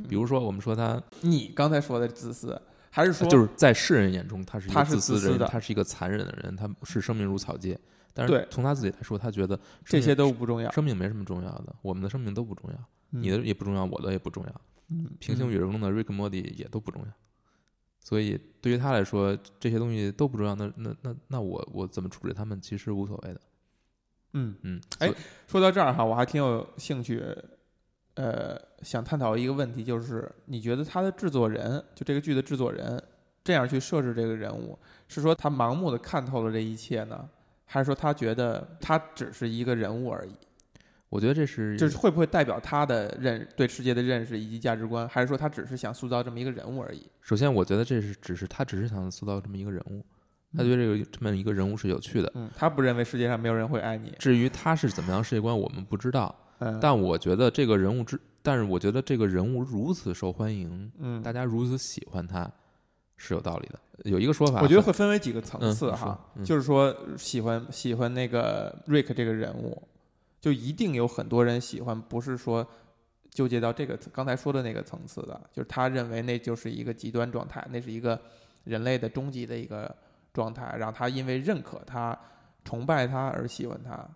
Speaker 2: 比
Speaker 1: 如
Speaker 2: 如说，我们说他
Speaker 1: 你刚才说的自私，还是说
Speaker 2: 就是在世人眼中，他是一
Speaker 1: 他
Speaker 2: 个
Speaker 1: 是
Speaker 2: 自私的
Speaker 1: 自私
Speaker 2: 人，
Speaker 1: 的
Speaker 2: 他是一个残忍的人，他视生命如草芥。但
Speaker 1: 对
Speaker 2: 是从他自己来说，他觉得
Speaker 1: 这些
Speaker 2: 生
Speaker 1: 都不重要
Speaker 2: 命？生命没什么重要的，我们的生命都不重要，你的也不重要，我的也不重要。
Speaker 1: 嗯
Speaker 2: 平行宇宙中的 Rick 莫蒂也都不重要，所以对于他来说，这些东西都不重要。那那那那我我怎么处置他们其实无所谓的。
Speaker 1: 嗯，
Speaker 2: 嗯，
Speaker 1: 哎
Speaker 2: 所以，
Speaker 1: 说到这儿哈，我还挺有兴趣，呃，想探讨一个问题，就是你觉得他的制作人，就这个剧的制作人，这样去设置这个人物，是说他盲目的看透了这一切呢，还是说他觉得他只是一个人物而已？
Speaker 2: 我觉得这是
Speaker 1: 就是会不会代表他的认对世界的认识以及价值观，还是说他只是想塑造这么一个人物而已？
Speaker 2: 首先，我觉得这是只是他只是想塑造这么一个人物，他
Speaker 1: 嗯
Speaker 2: 觉得这个这么一个人物是有趣的。
Speaker 1: 嗯，他不认为世界上没有人会爱你。
Speaker 2: 至于他是怎么样世界观，我们不知道。
Speaker 1: 嗯，
Speaker 2: 但我觉得这个人物之，但是我觉得这个人物如此受欢迎，
Speaker 1: 嗯，
Speaker 2: 大家如此喜欢他，是有道理的。有一个说法很，
Speaker 1: 我觉得会分为几个层
Speaker 2: 嗯
Speaker 1: 次
Speaker 2: 你
Speaker 1: 哈，
Speaker 2: 说嗯
Speaker 1: 就是说喜欢喜欢那个瑞克这个人物，就一定有很多人喜欢，不是说纠结到这个刚才说的那个层次的，就是他认为那就是一个极端状态，那是一个人类的终极的一个状态，让他因为认可他、崇拜他而喜欢他。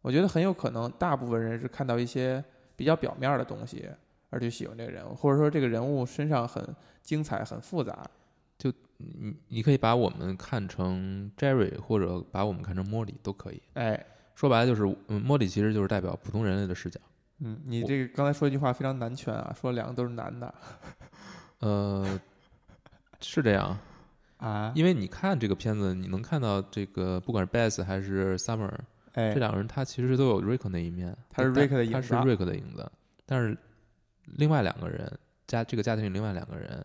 Speaker 1: 我觉得很有可能，大部分人是看到一些比较表面的东西而去喜欢这个人物，或者说这个人物身上很精彩、很复杂。
Speaker 2: 你你可以把我们看成 Jerry，或者把我们看成莫里都可以。
Speaker 1: 哎，
Speaker 2: 说白了就是，嗯，莫里其实就是代表普通人类的视角。
Speaker 1: 嗯，你
Speaker 2: 我
Speaker 1: 这个刚才说一句话非常男权啊，说两个都是男的
Speaker 2: 呃，是这样，
Speaker 1: 啊，
Speaker 2: 因为你看这个片子，你能看到这个，不管是 Beth 还是 Summer
Speaker 1: 哎
Speaker 2: 这，两个人，他其实都有 Rick 那一面，
Speaker 1: 他是
Speaker 2: 但
Speaker 1: Rick 的影
Speaker 2: 他
Speaker 1: 子啊
Speaker 2: 是 Rick 的影子。但是另外两个人，家这个家庭里另外两个人，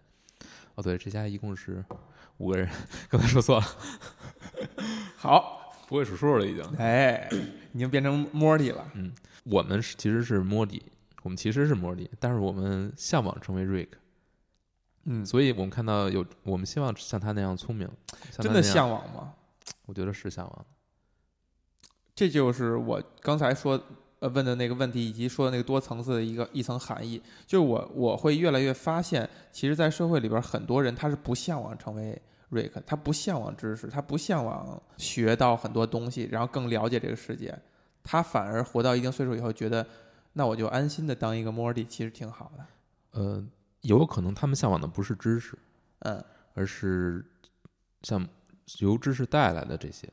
Speaker 2: 哦，对，这家一共是五个人， 刚才说错了，
Speaker 1: 好，
Speaker 2: 不会数数了已经。
Speaker 1: 哎，已经变成 Morty 了，
Speaker 2: 我们是其实是莫迪，我们其实是莫迪，但是我们向往成为 Rick，
Speaker 1: 嗯，
Speaker 2: 所以我们看到有，我们希望像他那样聪明，像他
Speaker 1: 真
Speaker 2: 那
Speaker 1: 的
Speaker 2: 样
Speaker 1: 向往吗？
Speaker 2: 我觉得是向往。
Speaker 1: 这就是我刚才说呃问的那个问题，以及说的那个多层次的一个一层含义。就是我我会越来越发现，其实，在社会里边，很多人他是不向往成为瑞克，他不向往知识，他不向往学到很多东西，然后更了解这个世界，他反而活到一定岁数以后，觉得那我就安心的当一个 Morty，其实挺好的。
Speaker 2: 呃，有可能他们向往的不是知识，
Speaker 1: 嗯
Speaker 2: 而是像由知识带来的这些。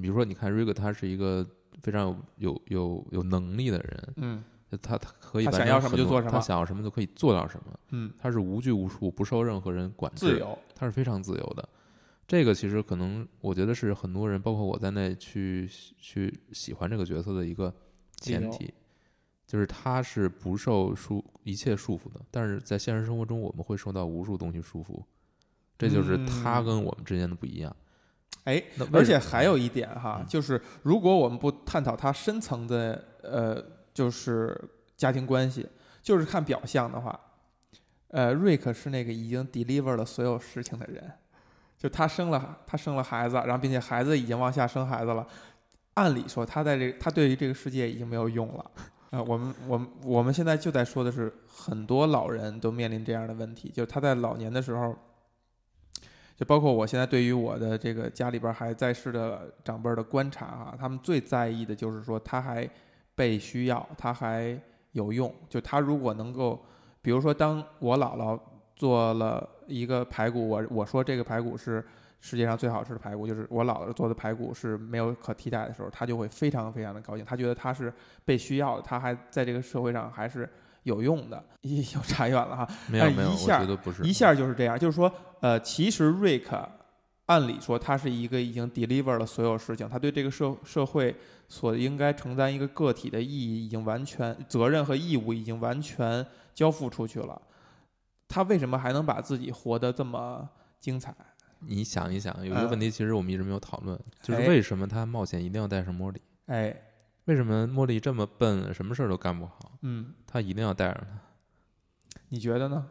Speaker 2: 比如说，你看 Rick，他是一个非常有有有有能力的人，
Speaker 1: 嗯
Speaker 2: 他他可以
Speaker 1: 他
Speaker 2: 完
Speaker 1: 想
Speaker 2: 成
Speaker 1: 要什么
Speaker 2: 很
Speaker 1: 就
Speaker 2: 多
Speaker 1: 做什么
Speaker 2: 他想要什么就可以做到什么，
Speaker 1: 嗯，
Speaker 2: 他是无拘无束，不受任何人管制，
Speaker 1: 自由。
Speaker 2: 他是非常自由的。这个其实可能，我觉得是很多人，包括我在内，去去喜欢这个角色的一个前提，就是他是不受束一切束缚的。但是在现实生活中，我们会受到无数东西束缚，这就是他
Speaker 1: 嗯
Speaker 2: 跟我们之间的不一样。
Speaker 1: 哎
Speaker 2: 那为
Speaker 1: 而
Speaker 2: 什
Speaker 1: 且
Speaker 2: 么
Speaker 1: 还有一点哈，
Speaker 2: 嗯
Speaker 1: 就是如果我们不探讨他深层的呃，就是家庭关系，就是看表象的话，呃，瑞克是那个已经 deliver 了所有事情的人，就他生了他生了孩子，然后并且孩子已经往下生孩子了，按理说他在这他对于这个世界已经没有用了。啊、我们我们我们现在就在说的是，很多老人都面临这样的问题，就是他在老年的时候，就包括我现在对于我的这个家里边还在世的长辈儿的观察啊，他们最在意的就是说他还被需要，他还有用。就他如果能够，比如说当我姥姥做了一个排骨，我我说这个排骨是世界上最好吃的排骨，就是我姥姥做的排骨是没有可替代的时候，他就会非常非常的高兴，他觉得他是被需要的，他还在这个社会上还是有用的。 又差远了哈，
Speaker 2: 没有
Speaker 1: 哎
Speaker 2: 没有，
Speaker 1: 一
Speaker 2: 我
Speaker 1: 下
Speaker 2: 觉得不是
Speaker 1: 一下就是这样，就是说，呃，其实瑞克按理说他是一个已经 deliver 了所有事情，他对这个社社会所应该承担一个个体的意义已经完全责任和义务已经完全交付出去了，他为什么还能把自己活得这么精彩？
Speaker 2: 你想一想，有一个问题，其实我们一直没有讨论，就是
Speaker 1: 嗯哎
Speaker 2: 为什么他冒险一定要带上茉莉？
Speaker 1: 哎，
Speaker 2: 为什么茉莉这么笨，什么事儿都干不好，
Speaker 1: 嗯，
Speaker 2: 他一定要带上她？
Speaker 1: 你觉得呢？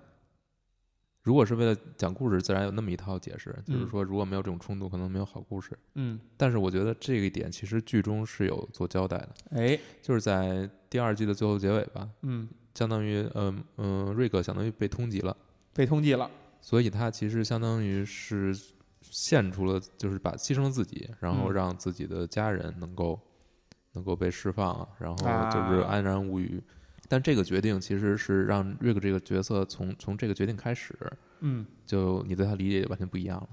Speaker 2: 如果是为了讲故事，自然有那么一套解释，就是
Speaker 1: 嗯
Speaker 2: 说如果没有这种冲突，可能没有好故事。
Speaker 1: 嗯，
Speaker 2: 但是我觉得这一点其实剧中是有做交代的，
Speaker 1: 哎，
Speaker 2: 就是在第二季的最后结尾吧，
Speaker 1: 嗯，
Speaker 2: 相当于嗯嗯、瑞克相当于被通缉了，
Speaker 1: 被通缉了，
Speaker 2: 所以他其实相当于是献出了，就是把牺牲了自己，然后
Speaker 1: 嗯
Speaker 2: 让自己的家人能够、能够被释放，然后
Speaker 1: 啊
Speaker 2: 就是安然无虞。但这个决定其实是让瑞克这个角色从从这个决定开始，
Speaker 1: 嗯，
Speaker 2: 就你对他理解就完全不一样了。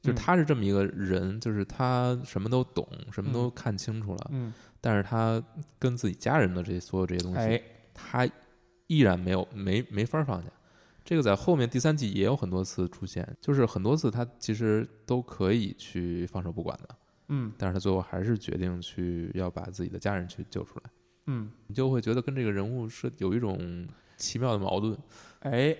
Speaker 2: 就是
Speaker 1: 嗯，
Speaker 2: 他是这么一个人，就是他什么都懂，什么都
Speaker 1: 嗯
Speaker 2: 看清楚了，
Speaker 1: 嗯，
Speaker 2: 但是他跟自己家人的这些所有这些东西，
Speaker 1: 哎，
Speaker 2: 他依然没有没没法放下。这个在后面第三季也有很多次出现，就是很多次他其实都可以去放手不管的，
Speaker 1: 嗯，
Speaker 2: 但是他最后还是决定去要把自己的家人去救出来。
Speaker 1: 嗯，
Speaker 2: 你就会觉得跟这个人物是有一种奇妙的矛盾。
Speaker 1: 哎，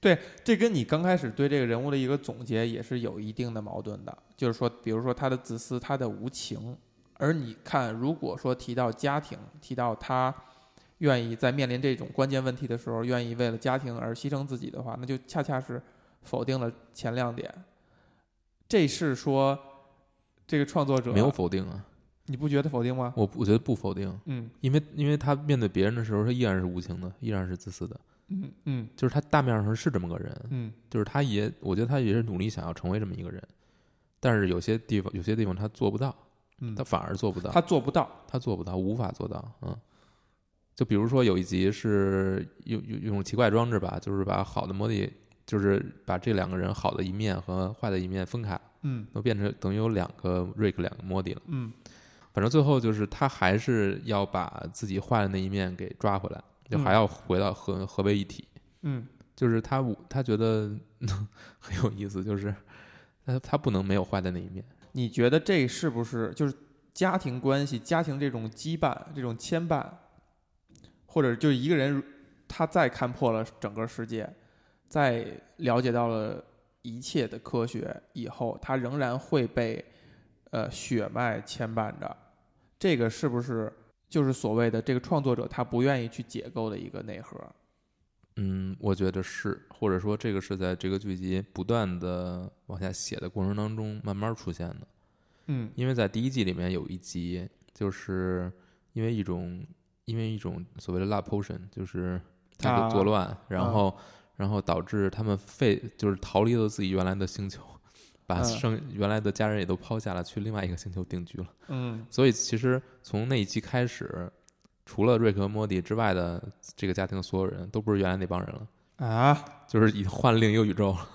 Speaker 1: 对，这跟你刚开始对这个人物的一个总结也是有一定的矛盾的。就是说，比如说他的自私，他的无情，而你看，如果说提到家庭，提到他愿意在面临这种关键问题的时候，愿意为了家庭而牺牲自己的话，那就恰恰是否定了前两点。这是说这个创作者
Speaker 2: 没有，否定啊，
Speaker 1: 你不觉得否定吗？
Speaker 2: 我不我觉得不否定，
Speaker 1: 嗯
Speaker 2: 因为因为他面对别人的时候，他依然是无情的，依然是自私的，
Speaker 1: 嗯嗯
Speaker 2: 就是他大面上是这么个人，
Speaker 1: 嗯
Speaker 2: 就是他也我觉得他也是努力想要成为这么一个人，但是有些地方有些地方他做不到，
Speaker 1: 嗯
Speaker 2: 他，反而做不到，
Speaker 1: 他做不到。
Speaker 2: 他做不到，无法做到，嗯。就比如说有一集是用用用奇怪装置吧，就是把好的魔力，就是把这两个人好的一面和坏的一面分开，
Speaker 1: 嗯
Speaker 2: 都变成等于有两个瑞克两个魔力了。
Speaker 1: 嗯
Speaker 2: 反正最后就是他还是要把自己坏的那一面给抓回来，就还要回到合合为一体。
Speaker 1: 嗯
Speaker 2: 就是他无他觉得 很有意思，就是他他不能没有坏的那一面。
Speaker 1: 你觉得这是不是就是家庭关系、家庭这种羁绊、这种牵绊，或者就是一个人他再看破了整个世界，再了解到了一切的科学以后，他仍然会被呃血脉牵绊着，这个是不是就是所谓的这个创作者他不愿意去解构的一个内核？
Speaker 2: 嗯，我觉得是，或者说这个是在这个剧集不断的往下写的过程当中慢慢出现的。
Speaker 1: 嗯
Speaker 2: 因为在第一季里面有一集，就是因为一种因为一种所谓的 lab potion，就是它
Speaker 1: 啊
Speaker 2: 的作乱，然后、然后导致他们废，就是逃离了自己原来的星球，把
Speaker 1: 嗯
Speaker 2: 生、原来的家人也都抛下了，去另外一个星球定居了。
Speaker 1: 嗯
Speaker 2: 所以其实从那一期开始，除了瑞克和莫蒂之外的这个家庭的所有人都不是原来那帮人了，
Speaker 1: 啊
Speaker 2: 就是已换另一个宇宙了。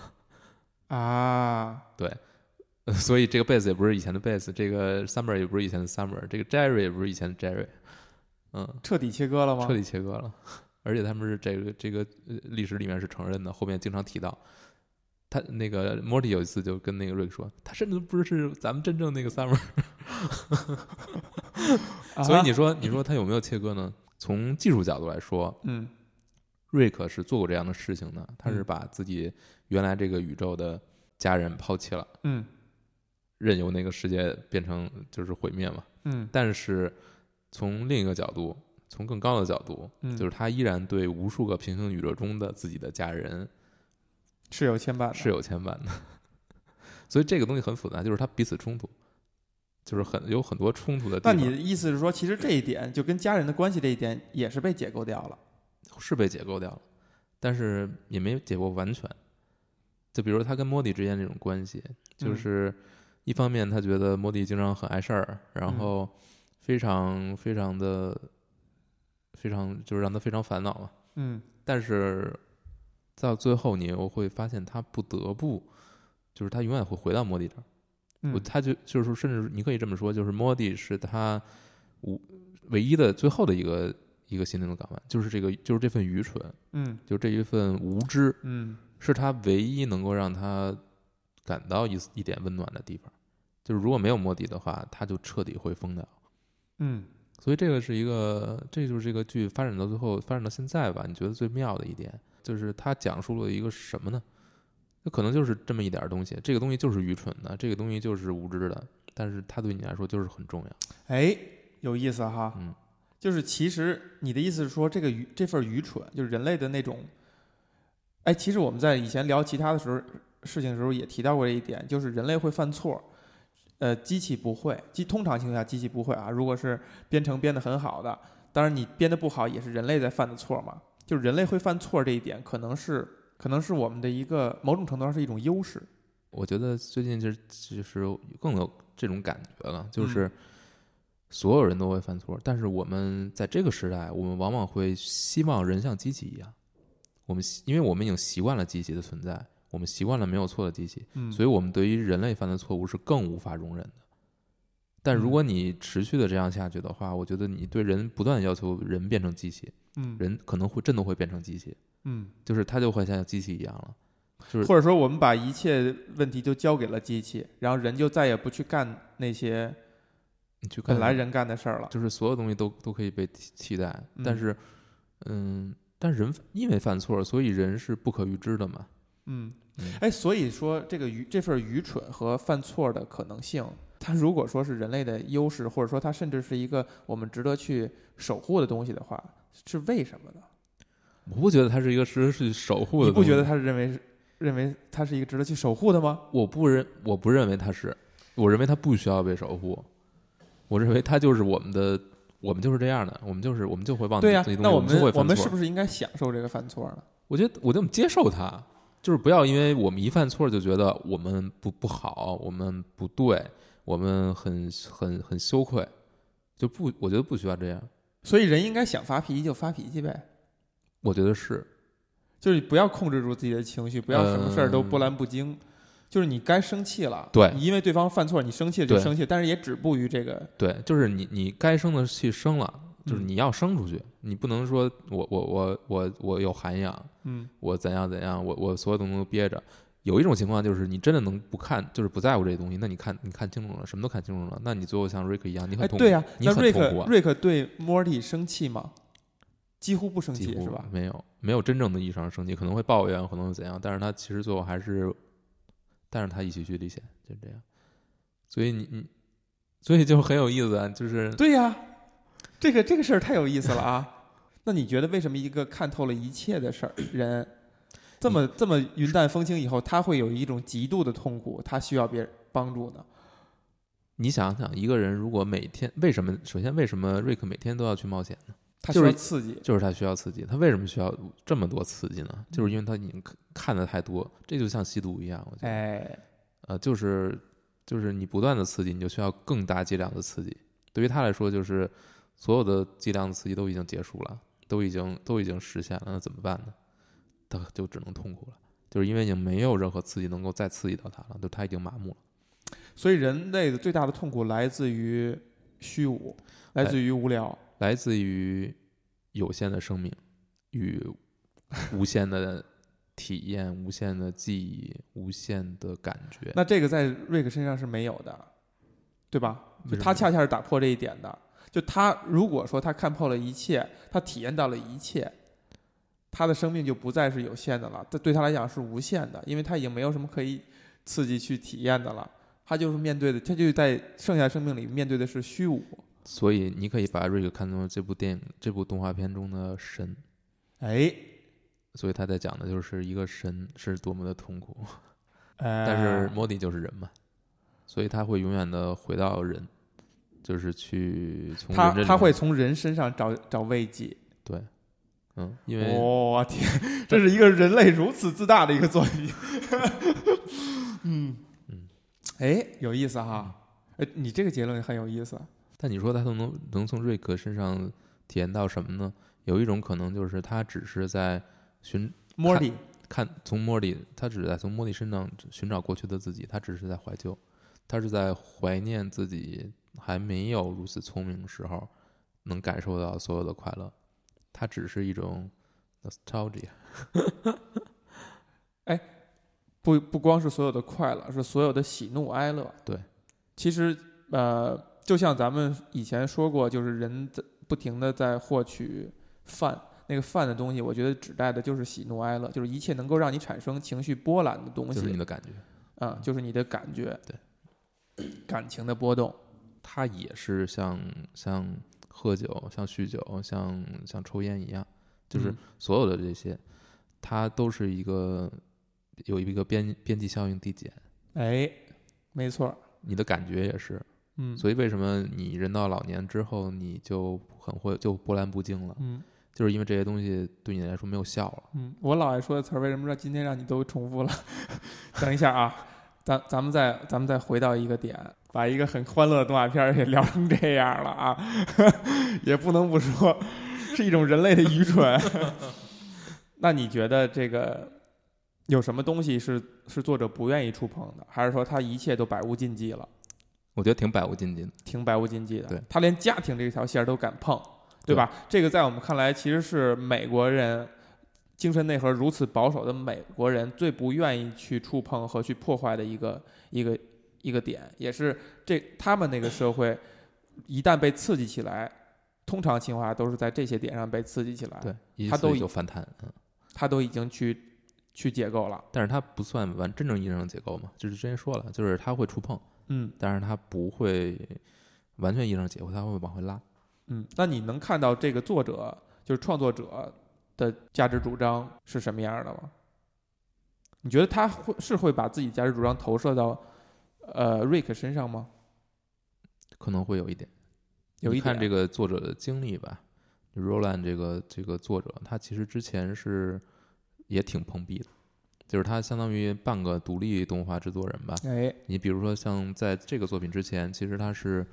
Speaker 1: 啊
Speaker 2: 呃所以这个贝斯也不是以前的贝斯，这个 Summer 也不是以前的 Summer，这个 Jerry 也不是以前的 Jerry，嗯，
Speaker 1: 彻底切割了吗？
Speaker 2: 彻底切割了。 而且他们是这个这个呃历史里面是承认的，后面经常提到。他那个 Morty 有一次就跟那个瑞克说，他甚至不是咱们真正那个 Summer，
Speaker 1: 啊
Speaker 2: 所以 你说你说他有没有切割呢？从技术角度来说，
Speaker 1: 嗯
Speaker 2: 瑞克是做过这样的事情的，他是
Speaker 1: 嗯
Speaker 2: 把自己原来这个宇宙的家人抛弃了，
Speaker 1: 嗯
Speaker 2: 任由那个世界变成就是毁灭嘛。
Speaker 1: 嗯
Speaker 2: 但是从另一个角度，从更高的角度，
Speaker 1: 嗯，
Speaker 2: 就是他依然对无数个平行宇宙中的自己的家人
Speaker 1: 是有牵绊的，
Speaker 2: 是有牵绊的， 所以这个东西很复杂，就是它彼此冲突，就是很有很多冲突的地
Speaker 1: 那
Speaker 2: 方。
Speaker 1: 你的意思是说，其实这一点就跟家人的关系这一点也是被解构掉了？
Speaker 2: 是被解构掉了，但是也没解构完全。就比如他跟莫迪之间这种关系，
Speaker 1: 嗯
Speaker 2: 就是一方面他觉得莫迪经常很碍事儿，然后非常非常的非常就是让他非常烦恼嘛。
Speaker 1: 嗯
Speaker 2: 但是到最后，你又会发现他不得不，就是他永远会回到莫迪这儿。我
Speaker 1: 嗯
Speaker 2: 他就就是说，甚至你可以这么说，就是莫迪是他无唯一的最后的一个一个心灵的港湾，就是这个就是这份愚蠢，
Speaker 1: 嗯
Speaker 2: 就这一份无知，
Speaker 1: 嗯
Speaker 2: 是他唯一能够让他感到一丝一点温暖的地方。就是如果没有莫迪的话，他就彻底会疯掉。
Speaker 1: 嗯
Speaker 2: 所以这个是一个，这就是这个剧发展到最后，发展到现在吧，你觉得最妙的一点，就是它讲述了一个什么呢？那可能就是这么一点儿东西，这个东西就是愚蠢的，这个东西就是无知的，但是它对你来说就是很重要。
Speaker 1: 哎，有意思哈。
Speaker 2: 嗯，
Speaker 1: 就是其实你的意思是说，这个愚这份愚蠢，就是人类的那种。哎，其实我们在以前聊其他的时候事情的时候也提到过这一点，就是人类会犯错，呃，机器不会。机通常情况下机器不会啊。如果是编程编得很好的，当然你编得不好也是人类在犯的错嘛。就是人类会犯错这一点，可能是可能是我们的一个某种程度上是一种优势。
Speaker 2: 我觉得最近就是就是更有这种感觉了，就是所有人都会犯错，但是我们在这个时代，我们往往会希望人像机器一样，我们习因为我们已经习惯了机器的存在，我们习惯了没有错的机器，
Speaker 1: 嗯
Speaker 2: 所以我们对于人类犯的错误是更无法容忍的。但如果
Speaker 1: 嗯
Speaker 2: 你持续的这样下去的话，我觉得你对人不断地要求人变成机器，
Speaker 1: 嗯
Speaker 2: 人可能会真的会变成机器，
Speaker 1: 嗯，
Speaker 2: 就是他就会像机器一样了。就是
Speaker 1: 或者说我们把一切问题就交给了机器，然后人就再也不去干那些
Speaker 2: 你去看
Speaker 1: 本来人干的事儿了。
Speaker 2: 就是所有东西都都可以被替替代，
Speaker 1: 嗯
Speaker 2: 但是，嗯，但人因为犯错，所以人是不可预知的嘛。
Speaker 1: 嗯
Speaker 2: 嗯，
Speaker 1: 哎，所以说这个愚这份愚蠢和犯错的可能性，它如果说是人类的优势，或者说它甚至是一个我们值得去守护的东西的话，是为什么呢？
Speaker 2: 我不觉得它是一个值得去守护
Speaker 1: 你
Speaker 2: 的
Speaker 1: 不
Speaker 2: 东西，
Speaker 1: 觉得他是认为是认为它是一个值得去守护的吗？
Speaker 2: 我不认，我不认为它是，我认为它不需要被守护，我认为它就是我们的，我们就是这样的，我们就是我们就会忘记
Speaker 1: 对呀、
Speaker 2: 自啊己东
Speaker 1: 那
Speaker 2: 西，
Speaker 1: 我
Speaker 2: 们就会
Speaker 1: 我
Speaker 2: 犯
Speaker 1: 们
Speaker 2: 错
Speaker 1: 是。不是应该享受这个犯错呢？
Speaker 2: 我觉得，我觉得我们接受它，就是不要因为我们一犯错就觉得我们不不好，我们不对，我们很很很羞愧，就不，我觉得不需要这样。
Speaker 1: 所以人应该想发脾气就发脾气呗。
Speaker 2: 我觉得是，
Speaker 1: 就是不要控制住自己的情绪，不要什么事儿都波澜不惊。就是你该生气了，
Speaker 2: 嗯对
Speaker 1: 你因为对方犯错，你生气了就
Speaker 2: 对
Speaker 1: 生气，但是也止步于这个。
Speaker 2: 对，就是你你该生的气生了，就是
Speaker 1: 嗯
Speaker 2: 你要生出去，你不能说我我我我我有涵养，
Speaker 1: 嗯
Speaker 2: 我怎样怎样，我我所有东西都憋着。有一种情况就是你真的能不看，就是不在乎这些东西，那你看你看清楚了，什么都看清楚了，那你最后像瑞克一样，你
Speaker 1: 哎，
Speaker 2: 很痛苦，
Speaker 1: 对呀、
Speaker 2: 你
Speaker 1: 那
Speaker 2: 很
Speaker 1: 瑞
Speaker 2: 痛苦
Speaker 1: 克
Speaker 2: 啊，
Speaker 1: 瑞克对莫蒂生气吗？几乎不生气
Speaker 2: 几乎
Speaker 1: 是吧？
Speaker 2: 没有没有真正的意义上生气，可能会抱怨，可能会怎样，但是他其实最后还是，但是他一起去历险，就这样。所以你你，所以就很有意思啊，就是
Speaker 1: 对呀、这个这个事儿太有意思了啊！ 那你觉得为什么一个看透了一切的事儿人，这
Speaker 2: 嗯
Speaker 1: 么这么云淡风轻以后，他会有一种极度的痛苦，他需要别人帮助呢？
Speaker 2: 你想想，一个人如果每天为什么？首先，为什么瑞克每天都要去冒险呢？
Speaker 1: 他需
Speaker 2: 就是
Speaker 1: 要刺激，
Speaker 2: 就是他需要刺激。他为什么需要这么多刺激呢？就是因为他已经看看的太多，这就像吸毒一样。我觉得，
Speaker 1: 哎，
Speaker 2: 呃，就是就是你不断的刺激，你就需要更大剂量的刺激。对于他来说，就是所有的剂量的刺激都已经结束了，都已经都已经实现了，那怎么办呢？他就只能痛苦了，就是因为已经没有任何刺激能够再刺激到他了，就他已经麻木了。
Speaker 1: 所以人类的最大的痛苦来自于虚无，来自于无聊。
Speaker 2: 来自于有限的生命与 无限的体验、 无限的记忆、无限的感觉。
Speaker 1: 那这个在瑞克身上是没有的，对吧？就他恰恰是打破这一点的。就他如果说他看破了一切，他体验到了一切，他的生命就不再是有限的了，这对他来讲是无限的，因为他已经没有什么可以刺激去体验的了。他就是面对的，他就在剩下生命里面对的是虚无。
Speaker 2: 所以你可以把瑞克看作这部电影、这部动画片中的神。
Speaker 1: 哎，
Speaker 2: 所以他在讲的就是一个神是多么的痛苦，
Speaker 1: 啊
Speaker 2: 但是莫迪就是呃人嘛，所以他会永远的回到人，就是去从
Speaker 1: 他
Speaker 2: 人这里
Speaker 1: 他
Speaker 2: 面
Speaker 1: 会从人身上找找慰藉。
Speaker 2: 对，嗯，因为
Speaker 1: 我、哦天，这是一个人类如此自大的一个作品。嗯
Speaker 2: 嗯，
Speaker 1: 哎，有意思哈。哎，你这个结论很有意思。
Speaker 2: 但你说他能能从瑞克身上体验到什么呢？有一种可能就是他只是在寻
Speaker 1: 莫莉，
Speaker 2: 看从莫里，他只是在从莫里身上寻找过去的自己，他只是在怀旧，他是在怀念自己还没有如此聪明的时候能感受到所有的快乐。他只是一种 nostalgia，
Speaker 1: 不不光是所有的快乐，是所有的喜怒哀乐。
Speaker 2: 对，
Speaker 1: 其实呃，就像咱们以前说过，就是人在不停的在获取饭那个饭的东西，我觉得指代的就是喜怒哀乐，就是一切能够让你产生情绪波澜的东西
Speaker 2: 就是你的感觉，
Speaker 1: 啊、就是你的感觉，
Speaker 2: 对，
Speaker 1: 感情的波动，
Speaker 2: 它也是像像喝酒、像酗酒、像像抽烟一样，就是
Speaker 1: 嗯
Speaker 2: 所有的这些，它都是一个有一个边边际效应递减。
Speaker 1: 哎，没错儿，
Speaker 2: 你的感觉也是，
Speaker 1: 嗯，
Speaker 2: 所以为什么你人到老年之后，你就很会就波澜不惊了，
Speaker 1: 嗯
Speaker 2: 就是因为这些东西对你来说没有效了。
Speaker 1: 嗯，我老爱说的词儿，为什么让今天让你都重复了？ 等一下啊，咱咱们再咱们再回到一个点，把一个很欢乐的动画片儿也聊成这样了啊， 也不能不说是一种人类的愚蠢。 那你觉得这个有什么东西是是作者不愿意触碰的，还是说他一切都百无禁忌了，
Speaker 2: 我觉得挺百无禁忌的，
Speaker 1: 挺百无禁忌的？
Speaker 2: 对
Speaker 1: 他连家庭这条线儿都敢碰，对
Speaker 2: 对
Speaker 1: 吧？这个在我们看来，其实是美国人精神内核如此保守的美国人最不愿意去触碰和去破坏的一个一个一个点，也是这他们那个社会一旦被刺激起来，通常情况下都是在这些点上被刺激起来，
Speaker 2: 对，一
Speaker 1: 它
Speaker 2: 所以
Speaker 1: 都
Speaker 2: 就反弹，嗯，
Speaker 1: 他都已经去去解构了，
Speaker 2: 但是它不算完真正意义上的解构嘛，就是之前说了，就是它会触碰，
Speaker 1: 嗯
Speaker 2: 但是它不会完全意义上的解构，它会往回拉。
Speaker 1: 嗯，那你能看到这个作者就是创作者的价值主张是什么样的吗？你觉得他会是会把自己价值主张投射到呃瑞克身上吗？
Speaker 2: 可能会有一点。
Speaker 1: 有一
Speaker 2: 你看
Speaker 1: 点
Speaker 2: 这个作者的经历吧就，Roland 这个这个作者，他其实之前是也挺碰壁的，就是他相当于半个独立动画制作人吧。
Speaker 1: 哎，
Speaker 2: 你比如说像在这个作品之前，其实他是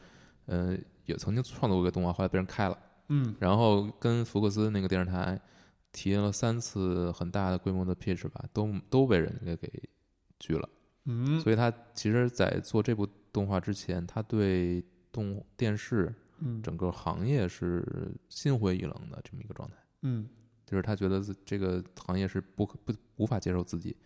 Speaker 2: 呃也曾经创作过一个动画，后来被人开了，
Speaker 1: 嗯
Speaker 2: 然后跟福克斯那个电视台提了三次很大的规模的 pitch 吧，都都被人家给拒了。
Speaker 1: 嗯
Speaker 2: 所以他其实，在做这部动画之前，他对动电视
Speaker 1: 嗯
Speaker 2: 整个行业是心灰意冷的这么一个状态，
Speaker 1: 嗯
Speaker 2: 就是他觉得自这个行业是不可不无法接受自己，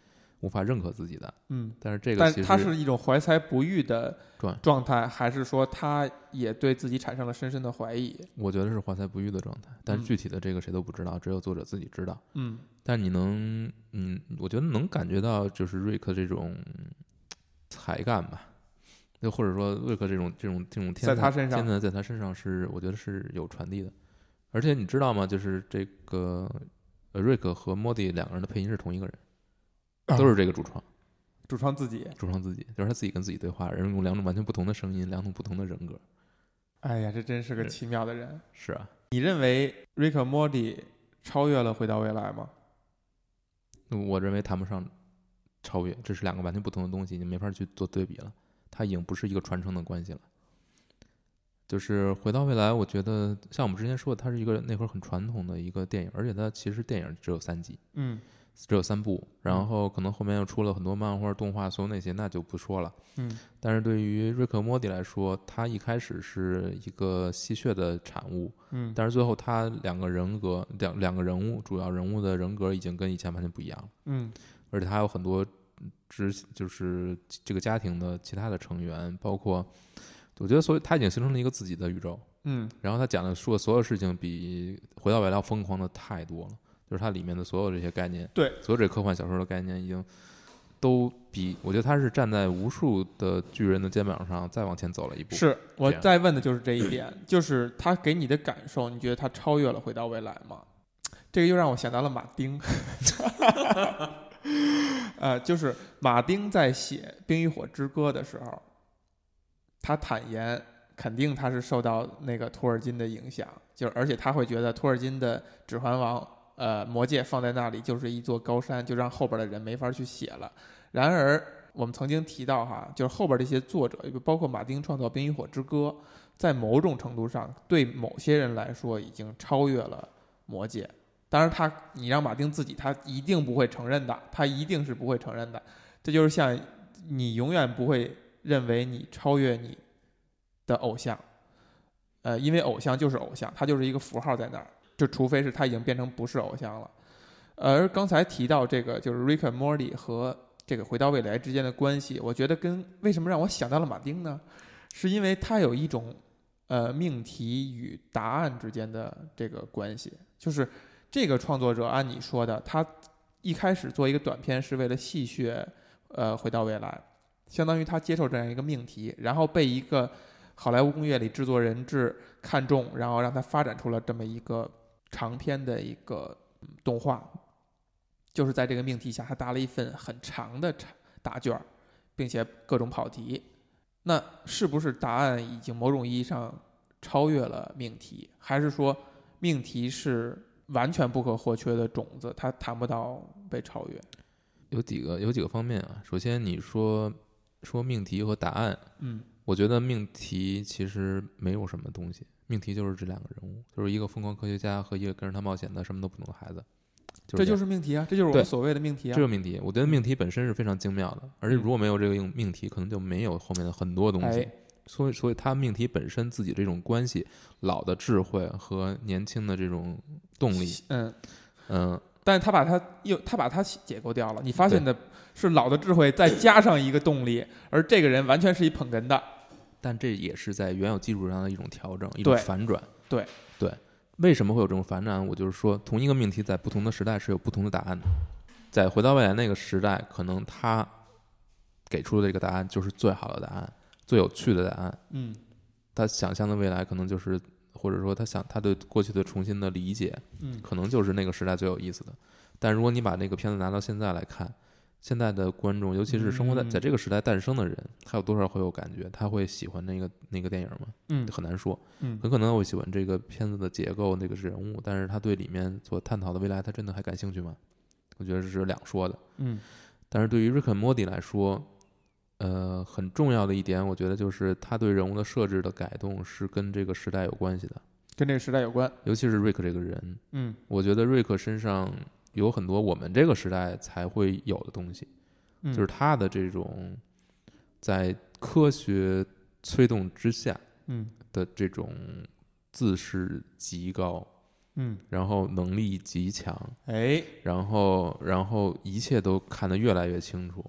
Speaker 2: 无法认可自己的。
Speaker 1: 嗯，
Speaker 2: 但是这个
Speaker 1: 但
Speaker 2: 其
Speaker 1: 他
Speaker 2: 实
Speaker 1: 是一种怀才不遇的
Speaker 2: 状
Speaker 1: 状态，还是说他也对自己产生了深深的怀疑？
Speaker 2: 我觉得是怀才不遇的状态，但
Speaker 1: 嗯
Speaker 2: 是具体的这个谁都不知道，只有作者自己知道。
Speaker 1: 嗯
Speaker 2: 但你能，嗯，我觉得能感觉到就是瑞克这种嗯才干吧，又或者说瑞克这种这种这种天
Speaker 1: 在
Speaker 2: 才，
Speaker 1: 他身上
Speaker 2: 天才在他身上是我觉得是有传递的。而且你知道吗？就是这个呃，瑞克和莫蒂两个人的配音是同一个人，
Speaker 1: 啊
Speaker 2: 都是这个主创，
Speaker 1: 主创自己，
Speaker 2: 主创自己，就是他自己跟自己对话，人用两种完全不同的声音，两种不同的人格。
Speaker 1: 哎呀，这真是个
Speaker 2: 是
Speaker 1: 奇妙的人。
Speaker 2: 是啊，
Speaker 1: 你认为 Rick and Morty 超越了《回到未来》吗？
Speaker 2: 我认为谈不上超越，这是两个完全不同的东西，你没法去做对比了。它已经不是一个传承的关系了。就是回到未来，我觉得像我们之前说的，它是一个那会儿很传统的一个电影，而且它其实电影只有三集，
Speaker 1: 嗯
Speaker 2: 只有三部，然后可能后面又出了很多漫画、动画，所有那些那就不说了。
Speaker 1: 嗯
Speaker 2: 但是对于瑞克和莫蒂来说，他一开始是一个吸血的产物，
Speaker 1: 嗯，
Speaker 2: 但是最后他两个人格、两两个人物主要人物的人格已经跟以前完全不一样了。
Speaker 1: 嗯
Speaker 2: 而且他有很多之就是这个家庭的其他的成员，包括我觉得，所以他已经形成了一个自己的宇宙。
Speaker 1: 嗯
Speaker 2: 然后他讲的说的所有事情比《回到未来》要疯狂的太多了，就是它里面的所有这些概念，
Speaker 1: 对，
Speaker 2: 所有这科幻小说的概念已经都比我觉得他是站在无数的巨人的肩膀上再往前走了一步。，
Speaker 1: 是我
Speaker 2: 这样
Speaker 1: 在问的就是这一点，就是他给你的感受，你觉得他超越了《回到未来》吗？这个又让我想到了马丁， 呃，就是马丁在写《冰与火之歌》的时候，他坦言肯定他是受到那个托尔金的影响，就是而且他会觉得托尔金的《指环王》呃魔戒放在那里就是一座高山，就让后边的人没法去写了。然而我们曾经提到哈，就是后边这些作者，包括马丁创造《冰与火之歌》，在某种程度上对某些人来说已经超越了魔戒。当然他，你让马丁自己，他一定不会承认的，他一定是不会承认的。这就是像你永远不会认为你超越你的偶像，呃，因为偶像就是偶像，他就是一个符号在那儿，就除非是呃他已经变成不是偶像了。而刚才提到这个，就是 Rick and Morty 和这个回到未来之间的关系，我觉得跟为什么让我想到了马丁呢？是因为它有一种呃命题与答案之间的这个关系，就是这个创作者按你说的，他一开始做一个短片是为了戏谑，呃，回到未来，相当于他接受这样一个命题，然后被一个好莱坞工业里制作人质看中，然后让他发展出了这么一个长篇的一个嗯动画，就是在这个命题下，他搭了一份很长的长答卷儿，并且各种跑题。那是不是答案已经某种意义上超越了命题？还是说命题是完全不可或缺的种子，它谈不到被超越？
Speaker 2: 有几个有几个方面啊。首先，你说说命题和答案，
Speaker 1: 嗯
Speaker 2: 我觉得命题其实没有什么东西，命题就是这两个人物，就是一个疯狂科学家和一个跟着他冒险的什么都不懂的孩子，
Speaker 1: 这
Speaker 2: 就是这
Speaker 1: 就
Speaker 2: 样
Speaker 1: 是命题啊，这就是我
Speaker 2: 对
Speaker 1: 们所谓的命题
Speaker 2: 这
Speaker 1: 啊。
Speaker 2: 就是命题。我觉得命题本身是非常精妙的，而且如果没有这个命命题，可能就没有后面的很多东西。
Speaker 1: 哎，
Speaker 2: 所以，所以他命题本身自己这种关系，老的智慧和年轻的这种动力，
Speaker 1: 嗯，
Speaker 2: 嗯，
Speaker 1: 但是他把它又他把它解构掉了。你发现的是老的智慧再加上一个动力，而这个人完全是一捧哏的。
Speaker 2: 但这也是在原有基础上的一种调整，一种
Speaker 1: 对
Speaker 2: 反转。
Speaker 1: 对
Speaker 2: 对，为什么会有这种反转？我就是说，同一个命题在不同的时代是有不同的答案的。在回到未来那个时代，可能他给出的这个答案就是最好的答案，最有趣的答案。
Speaker 1: 嗯
Speaker 2: 他想象的未来可能就是，或者说他想他对过去的重新的理解，
Speaker 1: 嗯，
Speaker 2: 可能就是那个时代最有意思的。但如果你把那个片子拿到现在来看，现在的观众，尤其是生活在
Speaker 1: 嗯
Speaker 2: 在这个时代诞生的人，他有多少会有感觉？他会喜欢那个那个电影吗？
Speaker 1: 嗯
Speaker 2: 很难说，
Speaker 1: 嗯
Speaker 2: 很可能会喜欢这个片子的结构，那个是人物，但是他对里面所探讨的未来，他真的还感兴趣吗？我觉得这是两说的。
Speaker 1: 嗯
Speaker 2: 但是对于 Rick and Morty 来说，呃，很重要的一点，我觉得就是他对人物的设置的改动是跟这个时代有关系的，
Speaker 1: 跟这个时代有关。
Speaker 2: 尤其是 Rick 这个人，
Speaker 1: 嗯
Speaker 2: 我觉得瑞克身上有很多我们这个时代才会有的东西，
Speaker 1: 嗯，
Speaker 2: 就是他的这种在科学推动之下
Speaker 1: 嗯
Speaker 2: 的这种自视极高，
Speaker 1: 嗯，
Speaker 2: 然后能力极强，
Speaker 1: 哎，
Speaker 2: 然后然后一切都看得越来越清楚。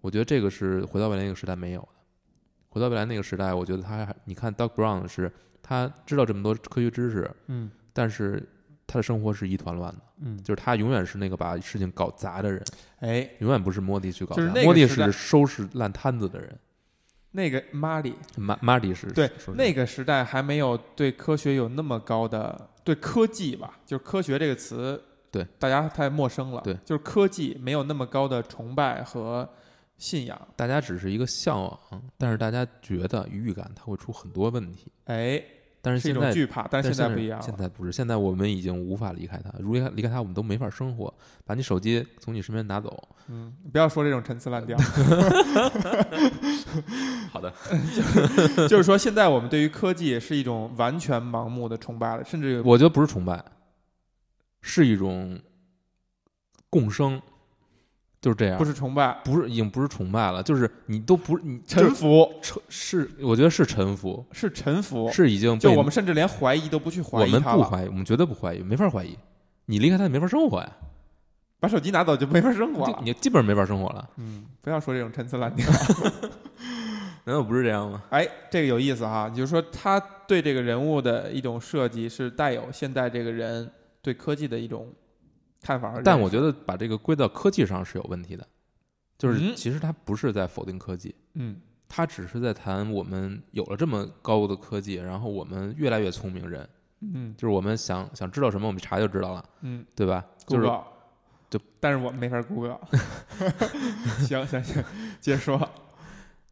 Speaker 2: 我觉得这个是回到未来那个时代没有的。回到未来那个时代，我觉得他还你看 Doc Brown 是他知道这么多科学知识，
Speaker 1: 嗯
Speaker 2: 但是他的生活是一团乱的。
Speaker 1: 嗯，
Speaker 2: 就是他永远是那个把事情搞砸的人，
Speaker 1: 哎，
Speaker 2: 永远不是莫蒂去搞砸。
Speaker 1: 就是那个
Speaker 2: 莫蒂
Speaker 1: 时代
Speaker 2: 是收拾烂摊子的人，
Speaker 1: 那个玛丽，
Speaker 2: 马马蒂是
Speaker 1: 对
Speaker 2: 收拾
Speaker 1: 那个时代还没有对科学有那么高的对科技吧，就是科学这个词，
Speaker 2: 对
Speaker 1: 大家太陌生了，
Speaker 2: 对
Speaker 1: 就是科技没有那么高的崇拜和信仰，
Speaker 2: 大家只是一个向往，但是大家觉得预感它会出很多问题，
Speaker 1: 哎，
Speaker 2: 但是
Speaker 1: 是一
Speaker 2: 现
Speaker 1: 种
Speaker 2: 在。
Speaker 1: 惧怕，但
Speaker 2: 但
Speaker 1: 是
Speaker 2: 是
Speaker 1: 现
Speaker 2: 现
Speaker 1: 在不一样
Speaker 2: 现
Speaker 1: 了，
Speaker 2: 在不是，现在我们已经无法离开它，如离开离开它，我们都没法生活。把你手机从你身边拿走，
Speaker 1: 嗯，不要说这种陈词滥调，
Speaker 2: 好的，
Speaker 1: 就是说现在我们对于科技是一种完全盲目的崇拜了，甚至有
Speaker 2: 我觉得不是崇拜，是一种共生，就是这样，
Speaker 1: 不是崇拜，
Speaker 2: 不是已经不是崇拜了，就是你都不是你
Speaker 1: 臣服
Speaker 2: 臣是，我觉得是臣服，
Speaker 1: 是臣服，
Speaker 2: 是已经
Speaker 1: 就
Speaker 2: 被
Speaker 1: 我们甚至连怀疑都不去
Speaker 2: 我
Speaker 1: 怀疑
Speaker 2: 们
Speaker 1: 它
Speaker 2: 不
Speaker 1: 了，
Speaker 2: 怀疑，我们绝对不怀疑，没法怀疑。你离开他也没法生活呀，
Speaker 1: 把手机拿走就没法生活
Speaker 2: 就
Speaker 1: 了，
Speaker 2: 你基本上没法生活了。
Speaker 1: 嗯，不要说这种陈词滥调。
Speaker 2: 难道不是这样吗？
Speaker 1: 哎，这个有意思哈，也就是说他对这个人物的一种设计是带有现在这个人对科技的一种看法而已。
Speaker 2: 但我觉得把这个归到科技上是有问题的，就是
Speaker 1: 嗯
Speaker 2: 其实他不是在否定科技，
Speaker 1: 嗯
Speaker 2: 他只是在谈我们有了这么高的科技，然后我们越来越聪明人，
Speaker 1: 嗯
Speaker 2: 就是我们想想知道什么，我们查就知道了，
Speaker 1: 嗯
Speaker 2: 对吧？就是
Speaker 1: ，Google
Speaker 2: 就
Speaker 1: 但是我没法 Google。行行行，接着说。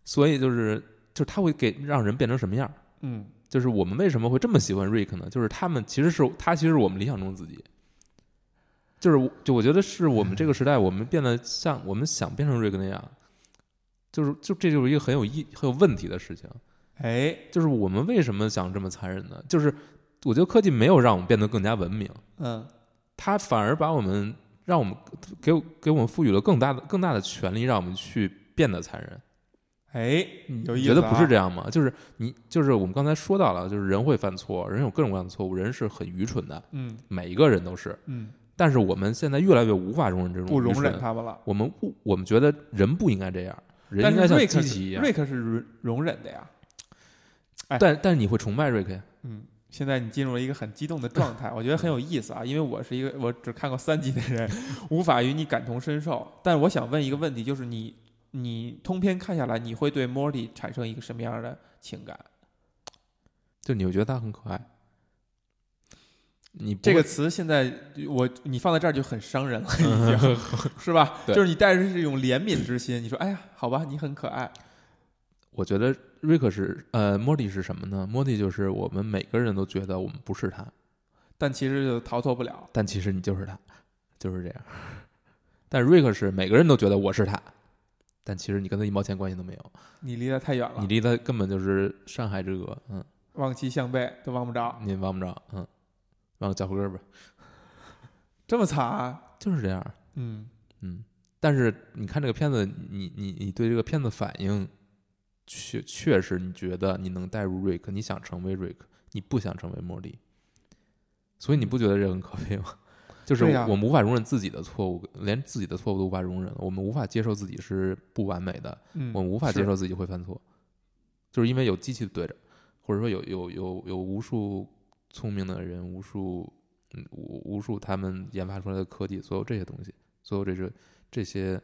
Speaker 2: 所以就是就是他会给让人变成什么样儿？
Speaker 1: 嗯
Speaker 2: 就是我们为什么会这么喜欢 Rick 呢？就是他们其实是他，其实是我们理想中的自己。就是我就我觉得是我们这个时代，我们变得像我们想变成 Rick 那样，就是就这就是一个很有意很有问题的事情。
Speaker 1: 哎
Speaker 2: 就是我们为什么想这么残忍呢？就是我觉得科技没有让我们变得更加文明，
Speaker 1: 嗯
Speaker 2: 它反而把我们让我们给我给我们赋予了更大的更大的权利，让我们去变得残忍。
Speaker 1: 哎，
Speaker 2: 嗯你
Speaker 1: 有意
Speaker 2: 觉得
Speaker 1: 思
Speaker 2: 不是
Speaker 1: 啊
Speaker 2: 这样吗？就是你，就是我们刚才说到了，就是人会犯错，人有各种各样的错误，人是很愚蠢的，
Speaker 1: 嗯
Speaker 2: 每一个人都是。
Speaker 1: 嗯
Speaker 2: 但是我们现在越来越无法容忍这种
Speaker 1: 不容
Speaker 2: 愚
Speaker 1: 忍
Speaker 2: 蠢
Speaker 1: 他们了。
Speaker 2: 我们不，我们觉得人不应该这样，人
Speaker 1: 但
Speaker 2: 应
Speaker 1: 是
Speaker 2: 该像
Speaker 1: 瑞
Speaker 2: 机
Speaker 1: 克
Speaker 2: 器一
Speaker 1: 是
Speaker 2: 样。
Speaker 1: 瑞克是容容忍的呀。哎
Speaker 2: 但但是你会崇拜瑞克呀？
Speaker 1: 嗯，现在你进入了一个很激动的状态，我觉得很有意思啊，因为我是一个我只看过三集的人， 无法与你感同身受。但我想问一个问题，就是你你通篇看下来，你会对 Morty 产生一个什么样的情感？
Speaker 2: 就你会觉得他很可爱。你不
Speaker 1: 这个
Speaker 2: 会
Speaker 1: 词现在我你放在这儿就很伤人了， 已经是吧？
Speaker 2: 对
Speaker 1: 就是你带着是一种怜悯之心，你说哎呀，好吧，你很可爱，
Speaker 2: 我觉得瑞克是呃，莫蒂是什么呢？莫蒂就是我们每个人都觉得我们不是他，
Speaker 1: 但其实就逃脱不了。
Speaker 2: 但其实你就是他，就是这样。但瑞克是每个人都觉得我是他，但其实你跟他一毛钱关系都没有，
Speaker 1: 你离他太远
Speaker 2: 你
Speaker 1: 了，
Speaker 2: 离他根本就是山海之隔。嗯，
Speaker 1: 望其项背都望不着，
Speaker 2: 你也帮不着。嗯，帮个小哥吧，
Speaker 1: 这么惨啊，
Speaker 2: 就是这样。
Speaker 1: 嗯，
Speaker 2: 嗯，但是你看这个片子，你你你对这个片子反应，确确实你觉得你能带入瑞克，你想成为瑞克，你不想成为莫莉，所以你不觉得这很可悲吗？就是
Speaker 1: 对呀
Speaker 2: 我们无法容忍自己的错误，连自己的错误都无法容忍，我们无法接受自己是不完美的，
Speaker 1: 嗯
Speaker 2: 我们无法
Speaker 1: 是
Speaker 2: 接受自己会犯错，就是因为有机器对着，或者说有有有有无数聪明的人，无数嗯无无数他们研发出来的科技，所有这些东西，所有这些这些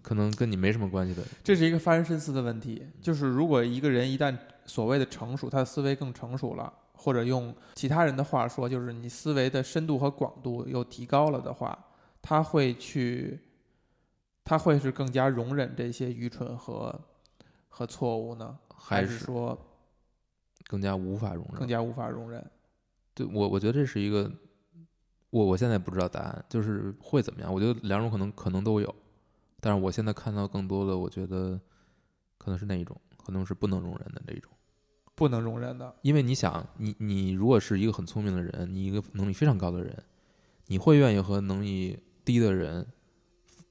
Speaker 2: 可能跟你没什么关系的，
Speaker 1: 这是一个发人深思的问题，就是如果一个人一旦所谓的成熟，他的思维更成熟了，或者用其他人的话说，就是你思维的深度和广度又提高了的话，他会去，他会是更加容忍这些愚蠢和和错误呢，还
Speaker 2: 还
Speaker 1: 是
Speaker 2: 是
Speaker 1: 说
Speaker 2: 更加无法容
Speaker 1: 更
Speaker 2: 忍。
Speaker 1: 加无法容忍？
Speaker 2: 对我，我觉得这是一个，我我现在不知道答案，就是会怎么样？我觉得两种可能可能都有，但是我现在看到更多的，我觉得可能是那一种，可能是不能容忍的那一种。
Speaker 1: 不能容忍的，
Speaker 2: 因为你想，你你如果是一个很聪明的人，你一个能力非常高的人，你会愿意和能力低的人，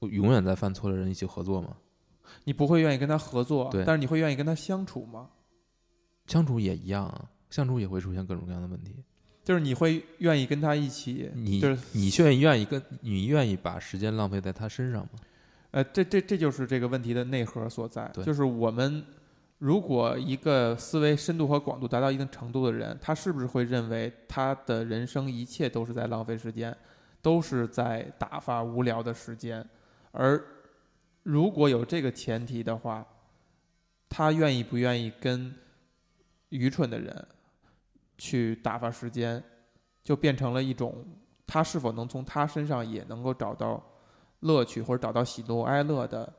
Speaker 2: 永远在犯错的人一起合作吗？
Speaker 1: 你不会愿意跟他合作，
Speaker 2: 对
Speaker 1: 但是你会愿意跟他相处吗？
Speaker 2: 相处也一样啊，相处也会出现各种各样的问题。
Speaker 1: 就是你会愿意跟他一起，
Speaker 2: 你
Speaker 1: 就是
Speaker 2: 你愿意愿意跟你愿意把时间浪费在他身上吗？
Speaker 1: 呃，这这这就是这个问题的内核所在，
Speaker 2: 对
Speaker 1: 就是我们如果一个思维深度和广度达到一定程度的人，他是不是会认为他的人生一切都是在浪费时间，都是在打发无聊的时间？而如果有这个前提的话，他愿意不愿意跟愚蠢的人去打发时间，就变成了一种他是否能从他身上也能够找到乐趣或者找到喜怒哀乐的，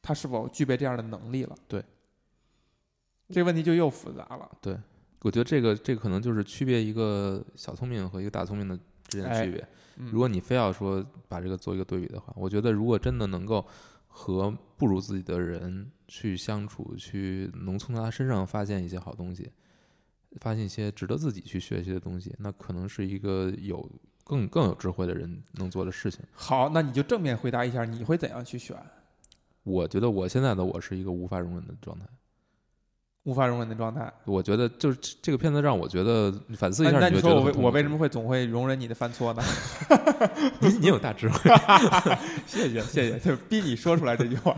Speaker 1: 他是否具备这样的能力了？
Speaker 2: 对，
Speaker 1: 这个问题就又复杂了。
Speaker 2: 我觉得这个这个可能就是区别一个小聪明和一个大聪明的之间的
Speaker 1: 哎
Speaker 2: 区别。
Speaker 1: 嗯
Speaker 2: 如果你非要说把这个做一个对比的话，我觉得如果真的能够和不如自己的人去相处，去能从他身上发现一些好东西，发现一些值得自己去学习的东西，那可能是一个有更更有智慧的人能做的事情。
Speaker 1: 好，那你就正面回答一下，你会怎样去选？
Speaker 2: 我觉得我现在的我是一个无法容忍的状态。
Speaker 1: 无法容忍的状态。
Speaker 2: 我觉得就是这这个片子让我觉得反思一
Speaker 1: 那
Speaker 2: 下，
Speaker 1: 那
Speaker 2: 你
Speaker 1: 你
Speaker 2: 就觉
Speaker 1: 说
Speaker 2: 得
Speaker 1: 我为
Speaker 2: 很
Speaker 1: 我为什
Speaker 2: 痛
Speaker 1: 么会总会容忍你的犯错 呢？
Speaker 2: 苦？你你有大智 慧，
Speaker 1: 谢谢谢谢，就是逼你说出来这句 话。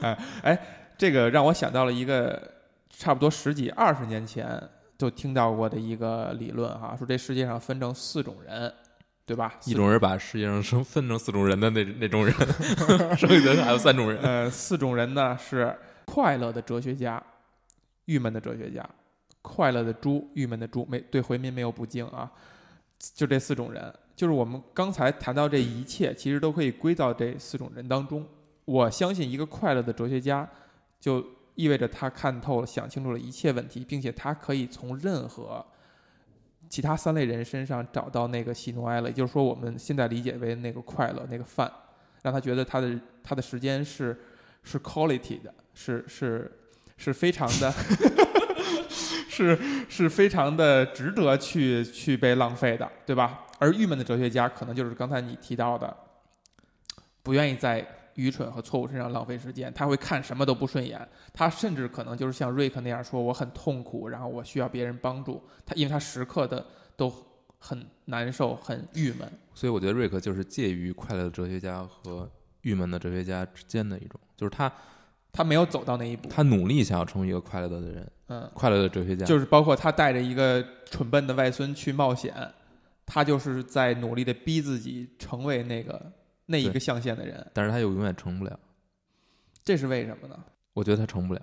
Speaker 1: 哎哎，这个让我想到了一个差不多十几二十年前就听到过的一个理论哈，说这世界上分成四种人，对吧？
Speaker 2: 一种人把世界上生分成四种人的那那种人，剩下的还有三种人。
Speaker 1: 呃， 四种人呢是快乐的哲学家、郁闷的哲学家、快乐的猪、郁闷的猪，没对回民没有不敬啊，就这四种人，就是我们刚才谈到这一切，其实都可以归到这四种人当中。我相信一个快乐的哲学家，就意味着他看透了、想清楚了一切问题，并且他可以从任何其他三类人身上找到那个喜怒哀乐，也就是说，我们现在理解为那个快乐、那个饭，让他觉得他的他的时间是是 quality 的，是是是非常的， 是是非常的值得去去被浪费的，对吧？而郁闷的哲学家可能就是刚才你提到的，不愿意在愚蠢和错误身上浪费时间，他会看什么都不顺眼，他甚至可能就是像瑞克那样说我很痛苦，然后我需要别人帮助，他因为他时刻的都很难受、很郁闷。
Speaker 2: 所以我觉得瑞克就是介于快乐的哲学家和郁闷的哲学家之间的一种，就是他
Speaker 1: 他没有走到那一步，
Speaker 2: 他努力想要成为一个快乐的人，
Speaker 1: 嗯，
Speaker 2: 快乐的哲学家。
Speaker 1: 就是包括他带着一个蠢笨的外孙去冒险，他就是在努力的逼自己成为那个那一
Speaker 2: 对
Speaker 1: 个象限的人，
Speaker 2: 但是他又永远成不了，
Speaker 1: 这是为什么呢？
Speaker 2: 我觉得他成不了。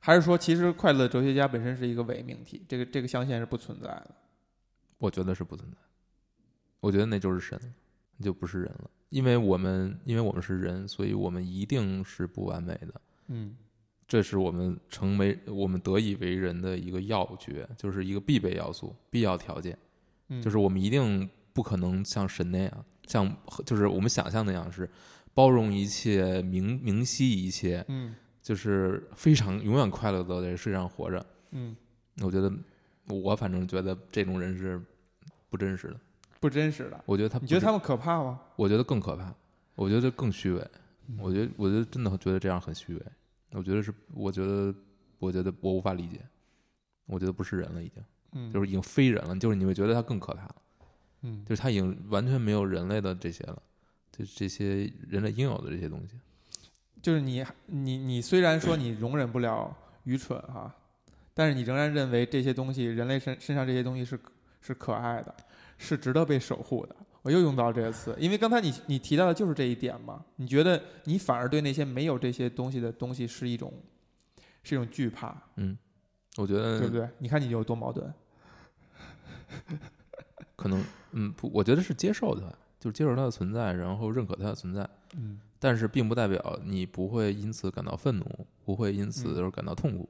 Speaker 1: 还是说，其实快乐哲学家本身是一个伪命题，这个这个象限是不存在的。
Speaker 2: 我觉得是不存在。我觉得那就是神，那就不是人了。因为我们，因为我们是人，所以我们一定是不完美的。
Speaker 1: 嗯
Speaker 2: 这是我们成为我们得以为人的一个要诀，就是一个必备要素、必要条件，
Speaker 1: 嗯，
Speaker 2: 就是我们一定不可能像神那样，像就是我们想象那样是包容一切、明明晰一切，
Speaker 1: 嗯
Speaker 2: 就是非常永远快乐的在世上活着。
Speaker 1: 嗯，
Speaker 2: 我觉得，我反正觉得这种人是不真实的。
Speaker 1: 不真实的。
Speaker 2: 我觉得他
Speaker 1: 你
Speaker 2: 不
Speaker 1: 觉得
Speaker 2: 是
Speaker 1: 他们可怕吗？
Speaker 2: 我觉得更可怕，我觉得更虚伪
Speaker 1: 嗯，
Speaker 2: 我觉得我觉得真的觉得这样很虚伪，我觉得是，我觉得我觉得我无法理解，我觉得不是人了，已经
Speaker 1: 嗯，
Speaker 2: 就是已经非人了，就是你会觉得他更可怕了，
Speaker 1: 嗯，
Speaker 2: 就是他已经完全没有人类的这些了，这这些人类应有的这些东西，
Speaker 1: 就是你你你虽然说你容忍不了愚蠢哈、但是你仍然认为这些东西，人类身身上这些东西是是可爱的，是值得被守护的。我又用到这个词，因为刚才你你提到的就是这一点嘛。你觉得你反而对那些没有这些东西的东西是一种是一种惧怕，
Speaker 2: 我觉
Speaker 1: 对不
Speaker 2: 得
Speaker 1: 对？你看你有多矛盾。
Speaker 2: 可能，嗯，不，我觉得是接受它，就是接受它的存在，然后认可它的存在，
Speaker 1: 嗯
Speaker 2: 但是并不代表你不会因此感到愤怒，不会因此
Speaker 1: 嗯
Speaker 2: 而感到痛苦，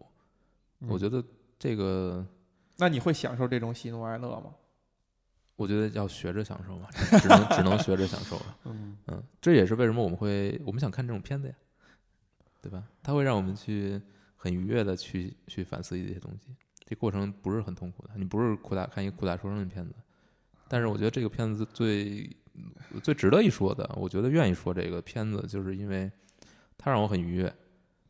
Speaker 1: 嗯
Speaker 2: 我觉得这个。
Speaker 1: 那你会享受这种喜怒哀乐吗？
Speaker 2: 我觉得要学着享受嘛，只能只能学着享受了。
Speaker 1: 嗯
Speaker 2: 嗯，这也是为什么我们会我们想看这种片子呀，对吧？它会让我们去很愉悦的去去反思一些东西，这过程不是很痛苦的。你不是苦大看一个苦大仇深的片子，但是我觉得这个片子最最值得一说的，我觉得愿意说这个片子，就是因为它让我很愉悦，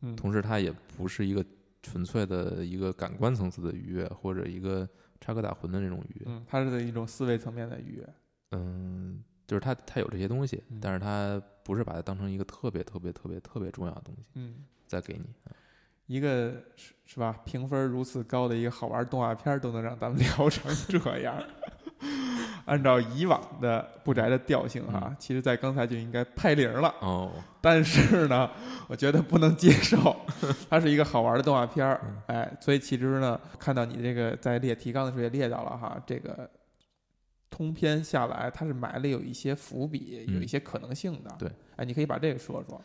Speaker 1: 嗯
Speaker 2: 同时它也不是一个纯粹的一个感官层次的愉悦，或者一个插科打诨的那种愉悦。
Speaker 1: 嗯，它是一种思维层面的愉悦。
Speaker 2: 嗯，就是他他有这些东西
Speaker 1: 嗯，
Speaker 2: 但是他不是把它当成一个特别特别特别特别重要的东西
Speaker 1: 嗯。
Speaker 2: 再给你。
Speaker 1: 一个是是吧？评分如此高的一个好玩动画片儿都能让咱们 聊成这样儿，按照以往的不宅的调性哈，
Speaker 2: 嗯
Speaker 1: 其实，在刚才就应该拍零了。
Speaker 2: 哦，
Speaker 1: 但是呢，我觉得不能接 受，它是一个好玩的动画片儿
Speaker 2: 嗯，
Speaker 1: 哎，所以其实呢，看到你这个在列提纲的时候也列到了哈，这个通篇下来，它是埋了有一些伏笔，有一
Speaker 2: 嗯
Speaker 1: 些可能性的。
Speaker 2: 对，
Speaker 1: 哎，你可以把这个说说。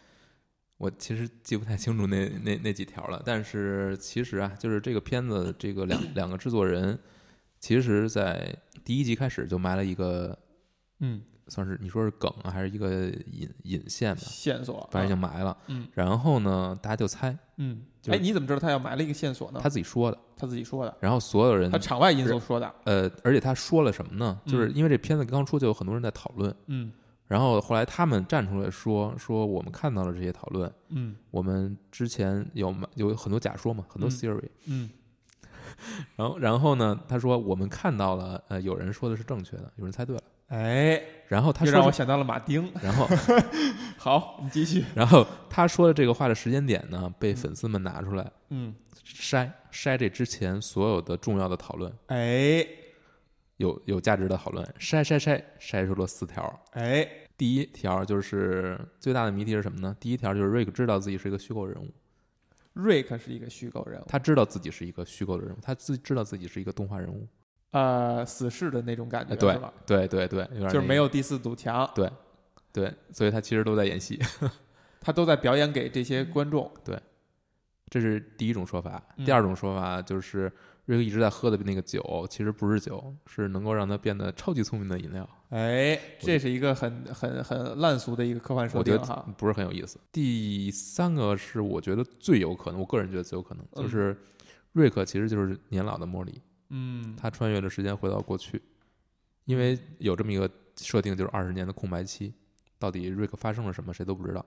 Speaker 2: 我其实记不太清楚那那那几条了，但是其实啊，就是这个片子这个两两个制作人，其实在第一集开始就埋了一个，
Speaker 1: 嗯，
Speaker 2: 算是你说是梗啊，还是一个引引线吧，
Speaker 1: 线索，
Speaker 2: 反正已经埋了。
Speaker 1: 嗯
Speaker 2: 然后呢，大家就猜
Speaker 1: 嗯，
Speaker 2: 就
Speaker 1: 哎，
Speaker 2: 是
Speaker 1: 你怎么知道他要埋了一个线索呢？
Speaker 2: 他自嗯己说的，
Speaker 1: 他自己说的，
Speaker 2: 然后所有人
Speaker 1: 嗯他场外因素说的。
Speaker 2: 呃，而且他说了什么呢？就是
Speaker 1: 嗯
Speaker 2: 因为这片子刚出，就有很多人在讨论。
Speaker 1: 嗯
Speaker 2: 然后后来他们站出来说说我们看到了这些讨论，
Speaker 1: 嗯
Speaker 2: 我们之前有有很多假说嘛，很多
Speaker 1: 嗯
Speaker 2: theory，、
Speaker 1: 嗯
Speaker 2: 然后然后呢，他说我们看到了，呃，有人说的是正确的，有人猜对了，
Speaker 1: 哎，
Speaker 2: 然后他
Speaker 1: 又
Speaker 2: 说
Speaker 1: 让我
Speaker 2: 的，
Speaker 1: 想到了马 丁。
Speaker 2: 然后
Speaker 1: 好，你继续。
Speaker 2: 然后他说的这个话的时间点呢，被粉丝们拿出来
Speaker 1: 嗯，
Speaker 2: 筛筛这之前所有的重要的讨论，
Speaker 1: 哎
Speaker 2: 有有价值的讨论，筛筛筛筛出了四条。
Speaker 1: 哎，
Speaker 2: 第一条就是最大的谜题是什么呢？第一条就是瑞克知道自己是一个虚构人物。
Speaker 1: 瑞克是一个虚构人物，
Speaker 2: 他知道自己是一个虚构的人物，他自知道自己是一个动画人物。
Speaker 1: 呃，死侍的那种感觉
Speaker 2: 哎，对
Speaker 1: 是吧？
Speaker 2: 对对对，有点
Speaker 1: 就是
Speaker 2: 那
Speaker 1: 没
Speaker 2: 个
Speaker 1: 有第四堵墙，
Speaker 2: 对，所以他其实都在演戏。
Speaker 1: 他都在表演给这些观众。
Speaker 2: 这是第一种说法。
Speaker 1: 嗯
Speaker 2: 第二种说法就是瑞克一直在喝的那个酒，其实不是酒，是能够让他变得超级聪明的饮料。
Speaker 1: 哎，
Speaker 2: 我
Speaker 1: 这是一个很很很烂俗的一个科幻设
Speaker 2: 我觉
Speaker 1: 定
Speaker 2: 得
Speaker 1: 哈。
Speaker 2: 不是很有意思。第三个是我觉得最有可能，我个人觉得最有可能
Speaker 1: 嗯
Speaker 2: 就是瑞克其实就是年老的莫里，
Speaker 1: 嗯，
Speaker 2: 他穿越了时间回到过去，因为有这么一个设定，就是二十年的空白期，到底瑞克发生了什么，谁都不知道。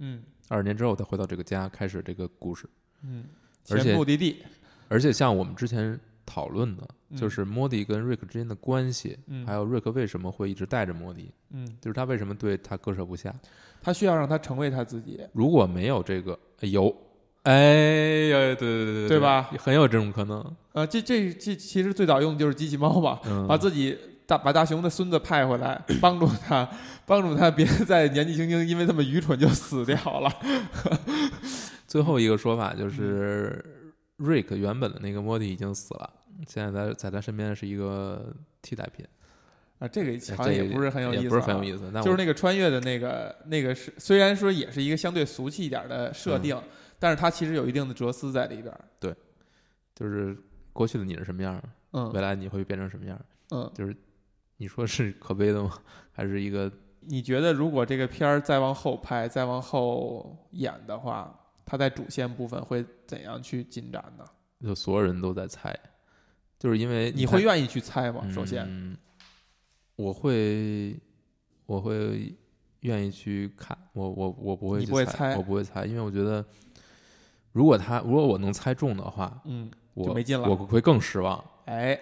Speaker 1: 嗯
Speaker 2: 二十年之后，他回到这个家，开始这个故事。
Speaker 1: 嗯，
Speaker 2: 而且
Speaker 1: 前目的地。
Speaker 2: 而且像我们之前讨论的，
Speaker 1: 嗯
Speaker 2: 就是莫迪跟瑞克之间的关系，
Speaker 1: 嗯，
Speaker 2: 还有瑞克为什么会一直带着莫迪，
Speaker 1: 嗯，
Speaker 2: 就是他为什么对他割舍不下。
Speaker 1: 他需要让他成为他自己，
Speaker 2: 如果没有这个，哎有，哎呀，对对对对
Speaker 1: 对吧？
Speaker 2: 很有这种可能。
Speaker 1: 呃，这这这其实最早用的就是机器猫嘛，
Speaker 2: 嗯，
Speaker 1: 把自己大把大雄的孙子派回来，帮助他，帮助 他别再年纪轻轻因为这么愚蠢就死掉了。
Speaker 2: 最后一个说法
Speaker 1: 嗯
Speaker 2: 就是，瑞克原本的那个莫迪已经死了，现在在在他身边是一个替代品，
Speaker 1: 啊，这个
Speaker 2: 哎
Speaker 1: 好像
Speaker 2: 这
Speaker 1: 也不是很有意思、啊，
Speaker 2: 也不是很有意思。但
Speaker 1: 就是
Speaker 2: 我
Speaker 1: 那个穿越的那个那个是，虽然说也是一个相对俗气一点的
Speaker 2: 嗯
Speaker 1: 设定，但是它其实有一定的哲思在里边儿。
Speaker 2: 就是过去的你是什么样，未
Speaker 1: 嗯
Speaker 2: 来你会变成什么样？
Speaker 1: 嗯，
Speaker 2: 就是你说是可悲的吗？还是一个
Speaker 1: 你觉得如果这个片儿再往后拍、再往后演的话，它在主线部分会怎样去进展呢？
Speaker 2: 就所有人都在猜？就是因为
Speaker 1: 你
Speaker 2: 看
Speaker 1: 会愿意去猜吗？首先，
Speaker 2: 嗯，我会，我会愿意去看，我我我不会
Speaker 1: 你
Speaker 2: 去
Speaker 1: 不会
Speaker 2: 猜，
Speaker 1: 猜
Speaker 2: 我不会猜，因为我觉得，如果他如果我能猜中的话，
Speaker 1: 嗯，
Speaker 2: 我
Speaker 1: 就没劲了
Speaker 2: 我会更失望，
Speaker 1: 哎，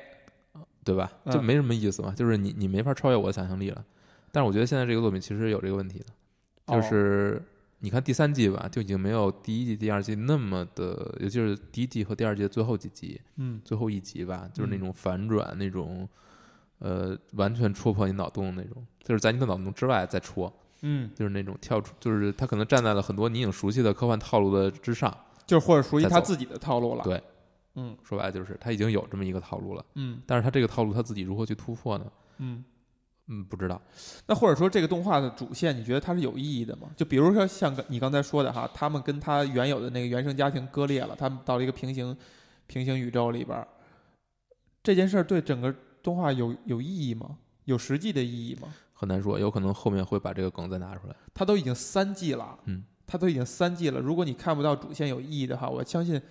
Speaker 2: 对吧？
Speaker 1: 嗯
Speaker 2: 就没什么意思嘛，就是你你没法超越我的想象力了。但是我觉得现在这个作品其实有这个问题的，就
Speaker 1: 哦
Speaker 2: 是你看第三季吧，就已经没有第一季、第二季那么的，尤其是第一季和第二季的最后几集，
Speaker 1: 嗯
Speaker 2: 最后一集吧，就是那
Speaker 1: 嗯
Speaker 2: 种反转，那种呃完全戳破你脑洞的那种，就是在你的脑洞之外再戳，
Speaker 1: 嗯，
Speaker 2: 就是那种跳出，就是他可能站在了很多你已经熟悉的科幻套路的之上。
Speaker 1: 就是或者属于
Speaker 2: 再
Speaker 1: 他
Speaker 2: 走
Speaker 1: 自己的套路了。
Speaker 2: 对，
Speaker 1: 嗯
Speaker 2: 说白了就是他已经有这么一个套路了，
Speaker 1: 嗯
Speaker 2: 但是他这个套路他自己如何去突破呢？
Speaker 1: 嗯。
Speaker 2: 嗯，不知道。
Speaker 1: 那或者说这个动画的主线，你觉得它是有意义的吗？就比如说像你刚才说的哈，他们跟他原有的那个原生家庭割裂了，他们到了一个平行平行宇宙里边儿，这件事儿对整个动画有有意义吗？有实际的意义吗？
Speaker 2: 很难说，有可能后面会把这个梗再拿出来。
Speaker 1: 它都已经三季了，
Speaker 2: 嗯，
Speaker 1: 它都已经三季了。如果你看不到主线有意义的话，我相信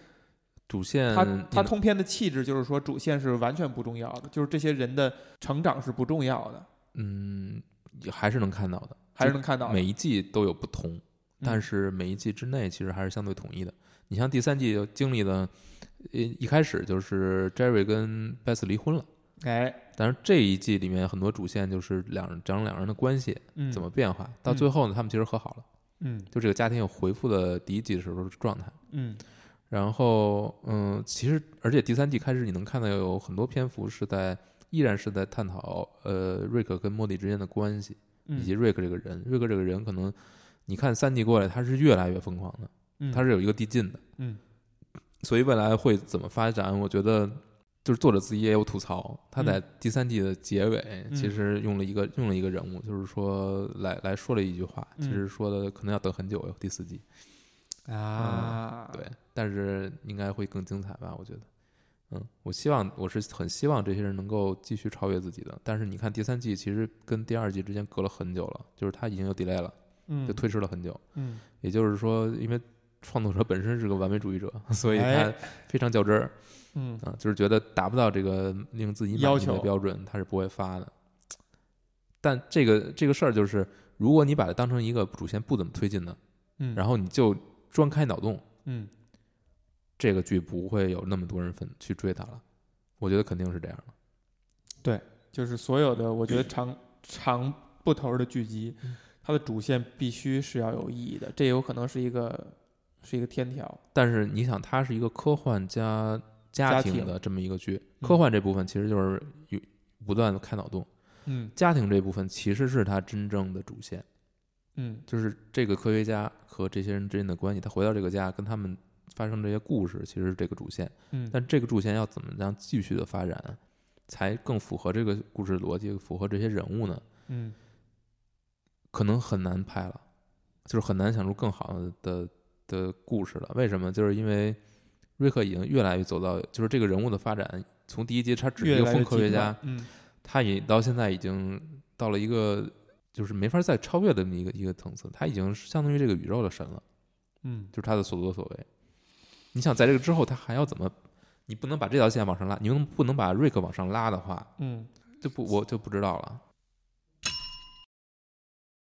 Speaker 2: 主线
Speaker 1: 它
Speaker 2: 你
Speaker 1: 它
Speaker 2: 能
Speaker 1: 通篇的气质就是说主线是完全不重要的，就是这些人的成长是不重要的，
Speaker 2: 嗯也还是能看到的，
Speaker 1: 还是
Speaker 2: 就
Speaker 1: 能看到的。
Speaker 2: 每一季都有不同，但
Speaker 1: 嗯
Speaker 2: 是每一季之内其实还是相对统一的。你像第三季就经历了，呃，一开始就是 Jerry 跟 Beth 离婚了，
Speaker 1: 哎，
Speaker 2: 但是这一季里面很多主线就是两人讲两人的关系
Speaker 1: 嗯，
Speaker 2: 怎么变化，到最后呢，他们其实和好了，
Speaker 1: 嗯
Speaker 2: 就这个家庭又恢复了第一季的时候的状态。
Speaker 1: 嗯
Speaker 2: 然后，嗯，其实而且第三季开始，你能看到有很多篇幅是在依然是在探讨呃瑞克跟莫蒂之间的关系，以及
Speaker 1: 嗯，
Speaker 2: 瑞克这个人。瑞克这个人可能你看三季过来，他是越来越疯狂的，
Speaker 1: 嗯
Speaker 2: 他是有一个递进的，
Speaker 1: 嗯，
Speaker 2: 所以未来会怎么发展，我觉得。就是作者自己也有吐槽，他
Speaker 1: 嗯
Speaker 2: 在第三季的结尾，其实用了一个、用了一个人物，就是说来来说了一句话，其
Speaker 1: 嗯
Speaker 2: 实说的可能要等很久哟，第四季。
Speaker 1: 啊，
Speaker 2: 嗯对，但是应该会更精彩吧？我觉得，嗯，我希望我是很希望这些人能够继续超越自己的。但是你看第三季其实跟第二季之间隔了很久了，就是它已经有 delay 了，
Speaker 1: 嗯
Speaker 2: 就推迟了很久。
Speaker 1: 嗯
Speaker 2: 也就是说，因为创作者本身是个完美主义者，所以他
Speaker 1: 哎
Speaker 2: 非常较真儿
Speaker 1: 嗯，
Speaker 2: 啊、就是觉得达不到这个令自己满
Speaker 1: 要
Speaker 2: 意的
Speaker 1: 求
Speaker 2: 标准，他是不会发的。但这个这个事儿就是，如果你把它当成一个主线不怎么推进的，
Speaker 1: 嗯
Speaker 2: 然
Speaker 1: 后
Speaker 2: 后你就专开脑洞。
Speaker 1: 嗯
Speaker 2: 这个剧不会有那么多人粉去追它了，我觉得肯定是这样的。
Speaker 1: 就是所有的我觉得长长不头的剧集，
Speaker 2: 嗯
Speaker 1: 它的主线必须是要有意义的，这有可能是一个是一个天条。
Speaker 2: 但是你想，它是一个科幻加家
Speaker 1: 家
Speaker 2: 庭
Speaker 1: 庭
Speaker 2: 的这么一个剧，
Speaker 1: 嗯
Speaker 2: 科幻这部分其实就是有不断的开脑洞，
Speaker 1: 嗯
Speaker 2: 家庭这部分其实是它真正的主线，
Speaker 1: 嗯
Speaker 2: 就是这个科学家和这些人之间的关系，他回到这个家跟他们发生这些故事，其实是这个主线。
Speaker 1: 嗯，
Speaker 2: 但这个主线要怎么样继续的发展，才更符合这个故事逻辑，符合这些人物呢？
Speaker 1: 嗯
Speaker 2: 可能很难拍了，就是很难想出更好的的的故事了。为什么？就是因为瑞克已经越来越走到，就是这个人物的发展，从第一集他只是一
Speaker 1: 越
Speaker 2: 个
Speaker 1: 来
Speaker 2: 疯
Speaker 1: 越
Speaker 2: 科学
Speaker 1: 极端
Speaker 2: 家，，
Speaker 1: 嗯
Speaker 2: 他也到现在已经到了一个就是没法再超越的那么一个一个层次，他已经是相当于这个宇宙的神了，
Speaker 1: 嗯
Speaker 2: 就是他的所作所为。你想在这个之后，他还要怎么？你不能把这条线往上拉，你又不能把瑞克往上拉的话，
Speaker 1: 嗯，
Speaker 2: 就不我就不知道了。